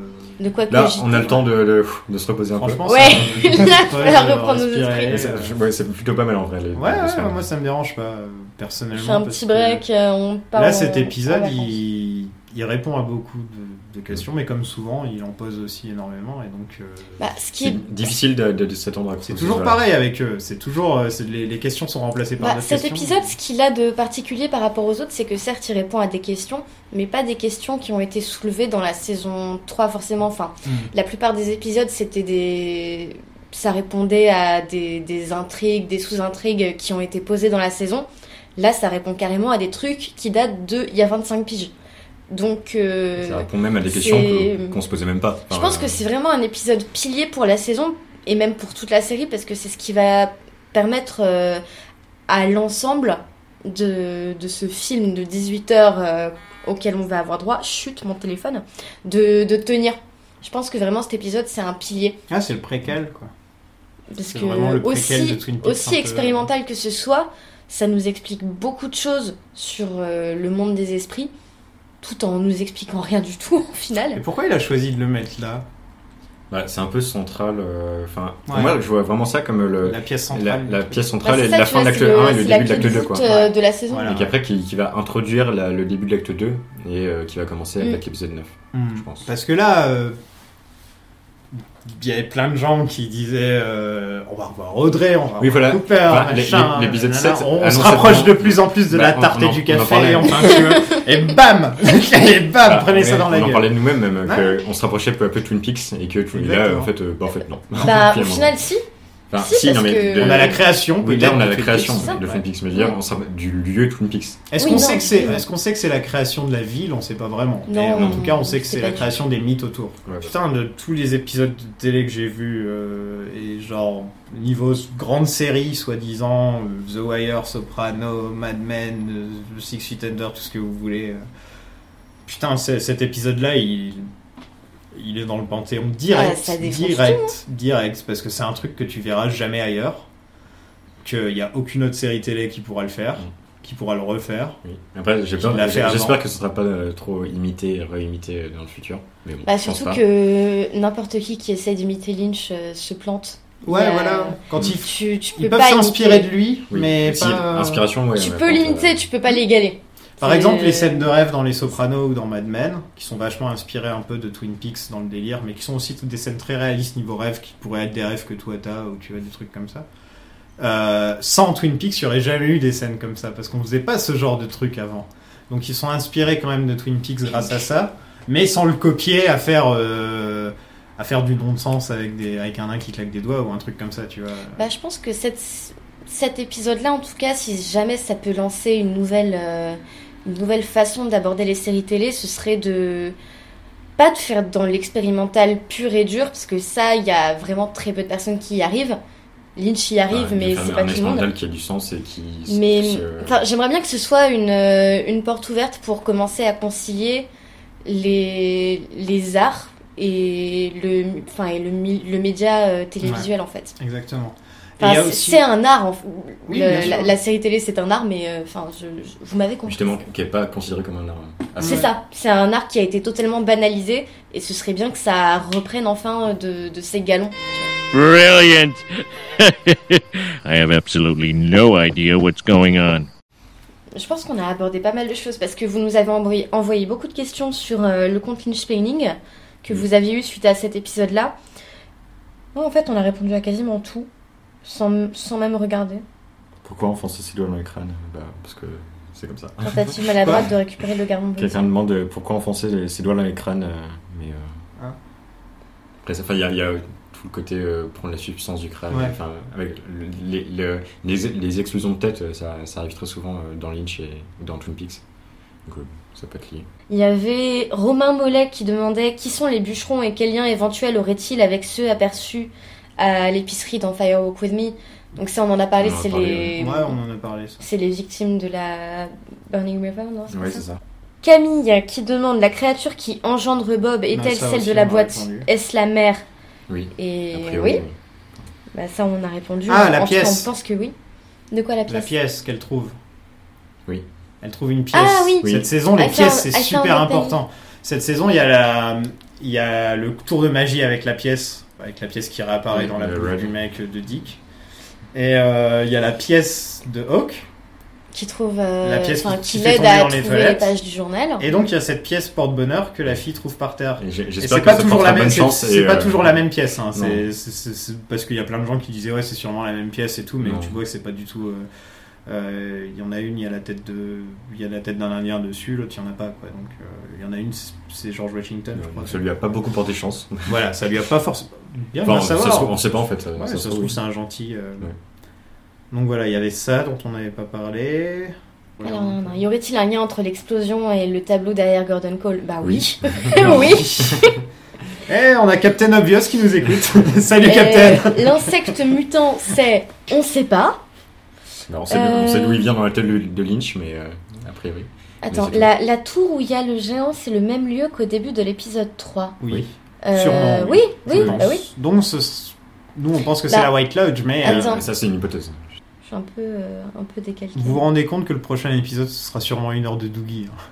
De quoi que
Là,
j'y-
on a le temps de, de, de se reposer un peu.
Franchement,
Ouais,
ça-
il a
Ouais,
fallu
de euh,
reprendre nos
respirer,
esprits.
Mais c'est-
euh,
je- ouais, c'est plutôt pas mal en vrai.
Ouais,
les- les-
ouais,
les- les-
moi ça me dérange pas euh, personnellement.
Je fais un
parce
petit
que-
break, euh, on part.
Là,
en-
cet épisode,
en vacances.
il, il répond à beaucoup de, de
Mm.
questions, mais comme souvent, il en pose aussi énormément. Et donc, euh,
Bah, ce qui
C'est
est
difficile de, de, de s'attendre à
c'est
quelque
toujours
chose,
pareil avec eux. C'est toujours euh, c'est- les, les questions sont remplacées par
Bah,
d'autres
cet
questions.
épisode, ce qu'il a de particulier par rapport aux autres, c'est que certes, il répond à des questions, mais pas des questions qui ont été soulevées dans la saison 3 forcément. Enfin,
Mm.
la plupart des épisodes, c'était des... Ça répondait à des, des intrigues, des sous-intrigues qui ont été posées dans la saison. Là, ça répond carrément à des trucs qui datent de... Il y a 25 piges. Donc... euh,
Ça répond même à des
c'est-
questions que- qu'on se posait même pas.
je
Enfin,
euh,
pense que c'est vraiment un épisode pilier pour la saison et même pour toute la série parce que c'est ce qui va permettre euh, à l'ensemble de, de ce film de 18 heures euh, auquel on va avoir droit, chute mon téléphone, de, de tenir. Je pense que vraiment cet épisode c'est un pilier
Ah, c'est le préquel, quoi.
parce
C'est
que
vraiment le préquel
aussi,
de Twin Peaks, un
aussi
peu. euh,
expérimental que ce soit, ça nous explique beaucoup de choses sur euh, le monde des esprits tout en nous expliquant rien du tout au final.
Et pourquoi il a choisi de le mettre là
Bah, c'est un peu central. euh, Enfin, pour
Ouais.
moi, je vois vraiment ça comme le,
La pièce
Euh, la,
centrale. du
la
truc.
pièce
Bah,
centrale
c'est
et
ça,
la
tu
fin
vois,
de l'acte
c'est le-
1 et le
c'est la
début de l'acte
clé
2.
voûte,
Quoi.
euh, de la saison.
Voilà.
Et qu'après, qui, qui va introduire la- le début de l'acte 2 et euh, qui va commencer avec
Mm.
l'épisode 9.
Hmm.
je pense.
Parce que là, euh, il y avait plein de gens qui disaient euh, on va revoir Audrey, on va
Oui,
revoir
voilà.
Cooper,
Voilà,
machin,
l'é- l'é- l'épisode
nanana.
7,
on, on se
annonce
rapproche de
vraiment-
plus en plus de
Bah,
la
on-
tarte
on
et
en-
du
on en
café,
parlait.
et enfin, tu vois, et bam Et bam
Voilà,
Prenez
on
ça dans
en-
la
On en
gueule.
parlait de nous-mêmes, même,
Ouais.
qu'on se rapprochait peu à peu de Twin Peaks et que tout, et là,
Exactement.
en fait, euh, bah, en fait, non.
Bah, au
Finalement.
final, si.
Enfin,
si, parce que-
On a la création,
Oui, là,
peut-être,
on a
de
la
Twin
création
Peaks.
de
Ouais.
Twin Peaks, mais je veux dire, on se rappelle du lieu Twin Peaks.
Est-ce
Oui,
qu'on
non,
sait que c'est
mais-
est-ce qu'on sait que c'est la création de la ville On sait pas vraiment.
Non,
Mais en tout cas, on
on
sait que
sait
c'est
pas
la
du
création des mythes autour.
Ouais, ouais.
Putain, de tous les épisodes de télé que j'ai vus euh, et genre niveau s- grande série soi-disant euh, The Wire, Soprano, Mad Men, euh, Six Feet Under, tout ce que vous voulez. euh. Putain, c'est- cet épisode-là, il il est dans le panthéon
Ah,
direct,
ça défonce
direct, direct, parce que c'est un truc que tu verras jamais ailleurs, qu'il n'y a aucune autre série télé qui pourra le faire,
Mm.
qui pourra le refaire.
Oui. Après, j'ai
Qui
peur-
l'a fait avant.
j'espère que ce sera pas euh, trop imité, réimité euh, dans le futur. Mais bon,
Bah,
je pense
surtout
pas.
que n'importe qui qui essaie d'imiter Lynch euh, se plante.
Ouais,
Il y a-
voilà. Quand ils, f-
Euh, Tu, tu peux
ils peuvent
pas
s'inspirer de
imiter.
lui,
Oui.
mais
Si,
pas-
inspiration, ouais,
Tu
ouais,
peux
quand, euh,
l'imiter, tu peux pas l'égaler.
Par
C'est-
exemple, les scènes de rêve dans les Sopranos ou dans Mad Men, qui sont vachement inspirées un peu de Twin Peaks dans le délire, mais qui sont aussi toutes des scènes très réalistes niveau rêve, qui pourraient être des rêves que toi t'as ou tu as des trucs comme ça. Euh, sans Twin Peaks, il n'y aurait jamais eu des scènes comme ça, parce qu'on faisait pas ce genre de truc avant. Donc ils sont inspirés quand même de Twin Peaks grâce à ça, mais sans le copier à faire... euh, à faire du bon sens avec, des, avec un nain qui claque des doigts ou un truc comme ça, tu vois.
Bah, je pense que cette, cet épisode-là, en tout cas, si jamais ça peut lancer une nouvelle, euh, une nouvelle façon d'aborder les séries télé, ce serait de pas de faire dans l'expérimental pur et dur, parce que ça, il y a vraiment très peu de personnes qui y arrivent. Lynch y arrive,
Enfin,
mais
faire
c'est pas
un
tout le monde.
scandale qui a du sens et qui.
Mais
qui
euh,
se-
enfin, j'aimerais bien que ce soit une, euh, une porte ouverte pour commencer à concilier les, les arts et le, enfin, et le, mi- le média euh, télévisuel en fait.
Exactement. Et
Enfin,
il y a
c'est
aussi-
c'est un art. en f-
Oui,
le-
bien sûr.
la, la série télé, c'est un art, mais euh, enfin, je- je- vous m'avez compris.
Justement, qui n'est pas considéré comme un art. Ah,
C'est ça. C'est un art qui a été totalement banalisé, et ce serait bien que ça reprenne enfin euh, de, de ses galons.
Brilliant! I have absolutely no idea what's going on.
Je pense qu'on a abordé pas mal de choses parce que vous nous avez envoyé, envoyé beaucoup de questions sur euh, le compte Lynch Painting que
Mm.
vous aviez eu suite à cet épisode-là. Moi, en fait, on a répondu à quasiment tout, sans, sans même regarder.
Pourquoi enfoncer ses doigts dans le crâne bah, Parce que c'est comme ça.
Tentative maladroite de récupérer le garde
Quelqu'un demande euh, pourquoi enfoncer les- ses doigts dans les crânes. euh, mais. euh,
Ah.
Après, ça, enfin, il y, a- il y a tout le côté euh, prendre la substance du crâne.
Ouais.
Enfin, avec le- les, le- les, les explosions de tête, euh, ça, ça arrive très souvent euh, dans Lynch et ou dans Twin Peaks. Donc, euh, ça peut être lié.
Il y avait Romain Mollet qui demandait qui sont les bûcherons et quel lien éventuel aurait-il avec ceux aperçus à l'épicerie dans Firewalk With Me. Donc ça, on en a parlé,
On en a
c'est
parlé,
les...
Ouais, on en a parlé. Ça.
C'est les victimes de la Burning River, non c'est pas
Ouais,
ça
c'est ça.
Camille qui demande la créature qui engendre Bob est-elle
Bah, ça
celle
aussi,
de
on
la
a
boîte
répondu.
Est-ce la mère
Oui.
Et
A priori,
oui,
oui.
bah ça on a répondu.
Ah,
En
la
tout cas,
pièce.
on pense que oui. De quoi la
La
pièce
pièce qu'elle trouve.
Oui.
Elle trouve une pièce.
Ah oui.
Oui.
Cette saison, les
Ah, ça,
pièces, c'est
ah, ça, on
super
l'a pas
important. Cette saison, il y a la, il y a le tour de magie avec la pièce, avec la pièce qui réapparaît
Oui,
dans la
le
bouche
Red.
du mec de Dick. Et euh, il y a la pièce de Hawk.
Qui trouve. euh,
La pièce
enfin,
qui-
qui
qui fait
l'aide
tomber
à
dans les
trouver les
toilettes.
pages du journal.
Et donc il y a cette pièce porte-bonheur que la fille trouve par terre.
euh, Et j'ai-
Et
J'espère
c'est
que
pas
ça
toujours la
portera
même,
bonne
c'est-
chance.
c'est
et,
pas
euh,
toujours la même pièce. hein.
non.
C'est- c'est- c'est- c'est- parce qu'il y a plein de gens qui disaient ouais c'est sûrement la même pièce et tout, mais
Non.
tu vois que c'est pas du tout. euh, euh, Il y en a une, il y a la tête de, il y a la tête d'un Indien dessus, l'autre il y en a pas quoi. Donc euh, il y en a une, c'est- c'est George Washington, je crois.
euh, Ça lui a pas beaucoup porté chance.
Voilà, ça lui a pas forcément. Bien,
Enfin,
bien
ça se
savoir.
trouve- on sait pas en fait. euh,
Ouais, ça se trouve, c'est un gentil. euh,
Ouais.
Donc voilà, il y avait ça dont on n'avait pas parlé. Voilà,
Alors,
on-
non, non, y aurait-il un lien entre l'explosion et le tableau derrière Gordon Cole Bah oui.
Oui.
oui.
Eh, on a Captain Obvious qui nous écoute. Salut
Euh,
Captain
L'insecte mutant, c'est on sait pas.
Bah, on sait, on sait
Euh.
d'où il vient dans la tête de, de Lynch, mais euh, a priori.
Attends,
Mais c'est
la, la tour où il y a le géant, c'est le même lieu qu'au début de l'épisode 3.
Oui,
Euh,
Sûrement,
Oui,
oui.
oui,
je pense.
bah oui. Bah,
Donc, ce- nous, on pense que c'est
Là.
la White Lodge, mais euh,
Attends.
Mais ça, c'est une hypothèse.
Je suis un peu, euh, un peu décalquée.
vous vous rendez compte que le prochain épisode, ce sera sûrement une heure de Doogie. hein.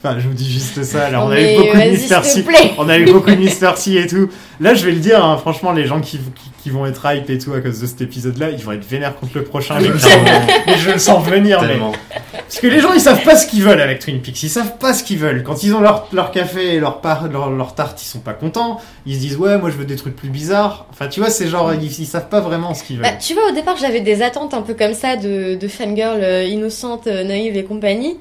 Enfin, je vous dis juste ça. Là,
Non,
on a eu
mais
beaucoup de
vas-y,
Mister
s'il
C.
te plaît.
On a eu beaucoup de Mister C et tout. Là, je vais le dire, hein, franchement, les gens qui, qui, qui vont être hype et tout à cause de cet épisode-là, ils vont être vénères contre le prochain. Ah, mais mais je le sens venir, mais-
Tellement.
Parce que les gens, ils savent pas ce qu'ils veulent avec Twin Peaks. Ils savent pas ce qu'ils veulent. Quand ils ont leur, leur café et leur, par- leur, leur tarte, ils sont pas contents. Ils se disent, ouais, moi je veux des trucs plus bizarres. Enfin, tu vois, c'est genre, ils, ils savent pas vraiment ce qu'ils veulent.
Bah, tu vois, au départ, j'avais des attentes un peu comme ça de, de fangirl euh, innocente, euh, naïve et compagnie.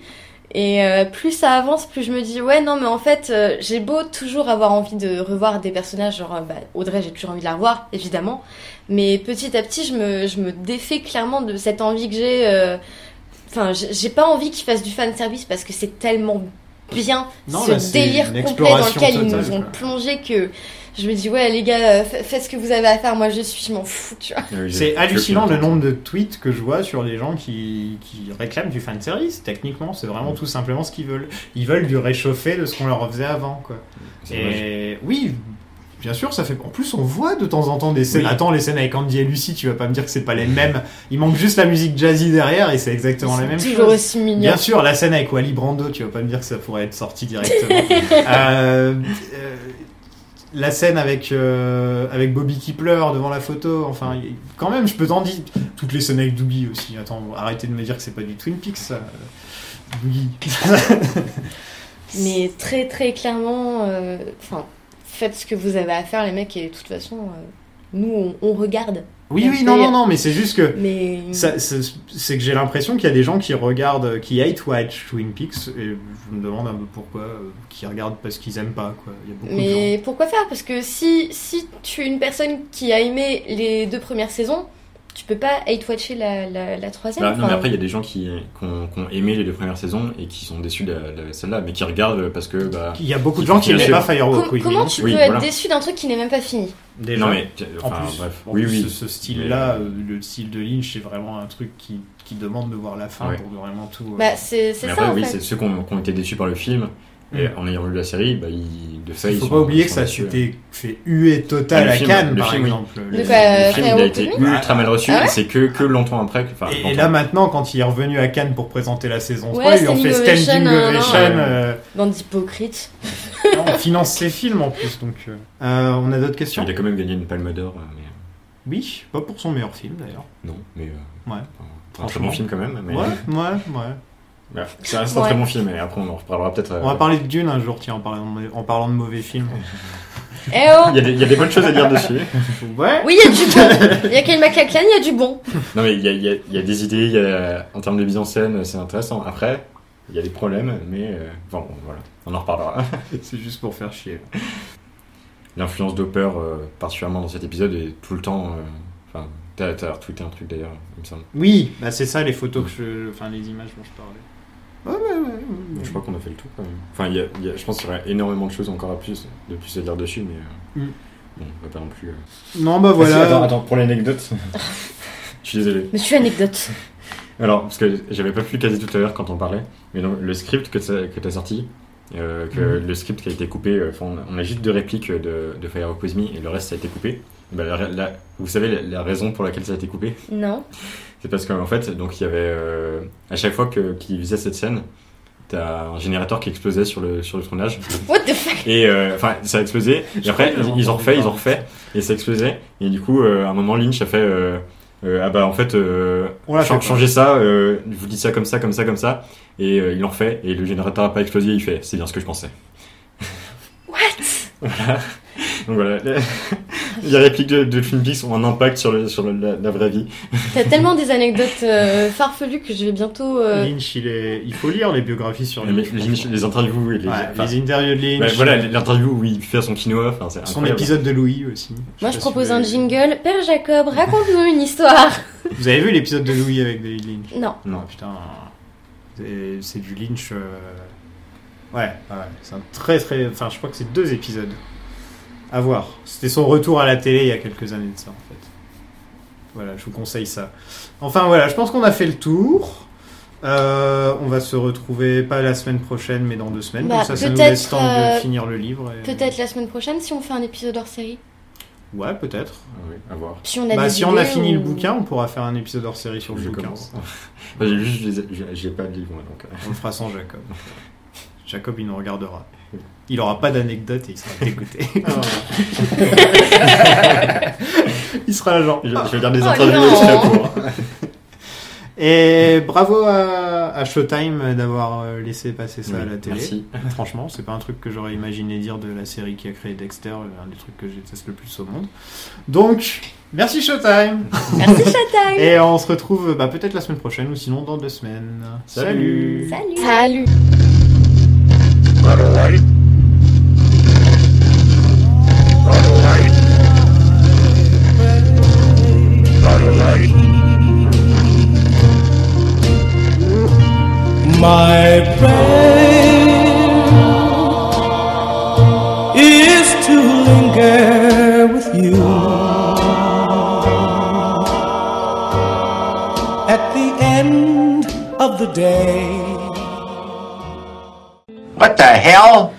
Et euh, plus ça avance, plus je me dis, ouais, non, mais en fait, euh, j'ai beau toujours avoir envie de revoir des personnages, genre euh, bah, Audrey, j'ai toujours envie de la revoir, évidemment. Mais petit à petit, je me, je me défais clairement de cette envie que j'ai. euh, Enfin, j'ai j'ai pas envie qu'ils fassent du fanservice parce que c'est tellement bien
Non,
ce
là, c'est
délire
une
complet dans
exploration
lequel ils
totale,
nous ont
quoi.
plongé que je me dis, ouais, les gars, euh, fa- faites ce que vous avez à faire, moi je suis, je m'en fous, tu vois.
Oui,
C'est
je-
hallucinant
je-
le nombre de tweets que je vois sur les gens qui, qui réclament du fanservice. Techniquement, c'est vraiment tout simplement ce qu'ils veulent. Ils veulent du réchauffé de ce qu'on leur faisait avant, quoi.
C'est dommage.
Et oui, bien sûr, ça fait. En plus, on voit de temps en temps des scènes.
Oui.
Attends, les scènes avec Andy et Lucy, tu vas pas me dire que c'est pas les mêmes. Il manque juste la musique jazzy derrière et c'est exactement la
C'est
même
toujours
chose.
aussi mignon.
Bien sûr, la scène avec Wally Brando, tu vas pas me dire que ça pourrait être sorti directement. Euh, euh, la scène avec euh, avec Bobby qui pleure devant la photo. Enfin, y- quand même, je peux t'en dire. Toutes les scènes avec Doogie aussi. Attends, arrêtez de me dire que c'est pas du Twin Peaks. ça. euh, Doogie.
Mais très très clairement, euh, enfin, faites ce que vous avez à faire, les mecs, et de toute façon, euh, nous on, on regarde.
Oui,
Il
oui,
fait-
non, non, non, mais c'est juste que.
Mais.
ça- C'est c'est que j'ai l'impression qu'il y a des gens qui regardent, qui hate Watch Twin Peaks, et je me demande un peu pourquoi, euh, qui regardent parce qu'ils aiment pas, quoi. Il y a beaucoup de gens.
Mais pourquoi faire Parce que si, si tu es une personne qui a aimé les deux premières saisons, tu peux pas hate-watcher la, la, la troisième.
Bah, non, mais
enfin.
après, il y a des gens qui, qui, ont, qui ont aimé les deux premières saisons et qui sont déçus de, la- de celle-là, mais qui regardent parce que. Bah,
Il y a beaucoup de gens qui
Bien
n'aiment
sûr.
pas
Com-
Firewalk with Me,
comment tu
Oui,
peux être
voilà.
déçu d'un truc qui n'est même pas fini
déjà.
non, mais.
En
enfin,
plus,
bref.
en
oui,
plus,
oui.
ce- ce style-là, euh, le style de Lynch, c'est vraiment un truc qui, qui demande de voir la fin
Ouais.
pour vraiment tout. euh,
Bah, c'est c'est
Mais
ça
après,
en
oui,
fait.
c'est ceux qui ont, qui ont été déçus par le film, et en ayant vu la série, bah, ils, de fait,
Hmm. Il
ils
faut
sont-
pas oublier
ils
que
sont
ça
déçus.
s'était fait huer
Ah,
total
le
à
film,
Cannes,
le
par
film, oui.
exemple.
Le,
De
Le-
quoi, euh,
le film il a
Firewalk
été
with
Me
ultra mal reçu,
Ah ouais
et c'est que, que longtemps après. que- Enfin,
Et, et
longtemps.
là maintenant, quand il est revenu à Cannes pour présenter la saison
Ouais,
3, ils lui ont fait
standing ovation,
standing
hein,
ovation.
non.
euh,
Bande d'hypocrites.
on finance ses films en plus, donc. euh. Euh, on a d'autres questions
Il a quand même gagné une palme d'or, euh, mais.
Oui, pas pour son meilleur film d'ailleurs.
Non, mais. euh,
Ouais.
Un très bon film quand même. Mais...
Ouais, ouais, ouais.
Bah, ça reste un
Ouais.
très bon film, et après on en reparlera peut-être. euh,
On va parler de Dune un jour, tiens, en parlant de, en parlant de mauvais films.
Eh oh
Il y, a des, il y a des bonnes choses à dire dessus.
Ouais.
Oui, il y a du bon. Il y a Kyle MacLachlan, il y a du bon.
Non, mais il y a, il y a- il y a des idées, il y a- en termes de mise en scène, c'est intéressant. Après, il y a des problèmes, mais euh, bon, voilà, on en reparlera.
C'est juste pour faire chier.
L'influence d'Hopper, euh, particulièrement dans cet épisode, est tout le temps. euh, Enfin, t'as t'as retweeté un truc d'ailleurs, il me semble.
Oui, bah c'est ça les photos que je. Enfin, les images dont je parlais. Ouais, ouais, ouais.
Donc, Je crois qu'on a fait le tout quand même. Enfin, il y a- il y a- je pense qu'il y aurait énormément de choses encore à plus, de plus à dire dessus, mais. euh,
Mm.
Bon, on va pas non plus. euh.
Non, bah
Ah, si,
voilà.
attends, attends, pour l'anecdote. Je suis désolé.
Monsieur anecdote.
Alors, parce que j'avais pas pu caser tout à l'heure quand on parlait, mais donc, le script que t'as que t'as sorti, euh, que le script qui a été coupé, euh, enfin, on on a juste deux répliques euh, de, de Fire With Me et le reste ça a été coupé. Bah, la- la- vous savez la, la raison pour laquelle ça a été coupé
Non.
C'est parce qu'en fait, donc il y avait euh, à chaque fois que- qu'il faisait cette scène, t'as un générateur qui explosait sur le, sur le tournage.
What the fuck
Et euh, enfin, ça a explosé. Et
Je
après,
crois que j'ai
ils ont
entendu
refait, ils ont
parler.
refait, et ça explosait. Et du coup, euh, à un moment, Lynch a fait euh, euh, ah bah en fait, euh,
On l'a
chan-
fait, quoi.
changez ça. Euh, vous dites ça comme ça, comme ça, comme ça. Et euh, il en fait. Et le générateur a pas explosé. Il fait c'est bien ce que je pensais. What Voilà. Donc voilà. Les répliques de, de Twin Peaks ont un impact sur, le, sur le- la, la vraie vie.
T'as tellement des anecdotes euh, farfelues que je vais bientôt. euh,
Lynch, il, est... il faut lire les biographies sur
Mais
Lynch.
Lynch, les interviews et les.
Ouais,
enfin,
les interviews de Lynch.
bah, voilà, l'interview où il fait son quinoa. Enfin, c'est
Son
incroyable.
épisode de Louis aussi.
Moi,
sais
je
pas
propose
si
un
vous avez-
jingle. Père Jacob, raconte-nous une histoire.
Vous avez vu l'épisode de Louis avec David Lynch
Non.
Non.
Ah, putain. C'est- C'est du Lynch. euh, Ouais, ouais. C'est un très très. Enfin, je crois que c'est deux épisodes. À voir. C'était son retour à la télé il y a quelques années de ça, en fait. Voilà, je vous conseille ça. Enfin, voilà, je pense qu'on a fait le tour. Euh, on va se retrouver pas la semaine prochaine, mais dans deux semaines.
Bah,
Comme ça, ça nous
peut-être,
laisse temps
euh,
de finir le livre. et-
Peut-être la semaine prochaine si on fait un épisode hors série.
Ouais, peut-être.
Ah Oui, à voir.
Si on a
Bah,
des
si on a
idées
fini le
ou-
bouquin, on pourra faire un épisode hors série sur le
Je
bouquin.
commence. Enfin, j'ai juste, les- j'ai- j'ai pas de livre, moi, donc. euh,
On le fera sans Jacob. Jacob, il nous regardera. Il aura pas d'anecdote et il sera dégoûté. il sera genre.
Je, je vais lire des
Oh
interviews
non.
et je serai pour.
Et bravo à, à Showtime d'avoir euh, laissé passer ça à la
Oui,
télé.
Merci.
Franchement, c'est pas un truc que j'aurais imaginé dire de la série qui a créé Dexter, euh, un des trucs que je déteste le plus au monde. Donc, merci Showtime
Merci Chataille.
Et on se retrouve bah, peut-être la semaine prochaine ou sinon dans deux semaines.
Salut.
Salut. Salut.
Not alright. Not alright. Not alright.
My prayer is to linger with you at the end of the day.
What the hell?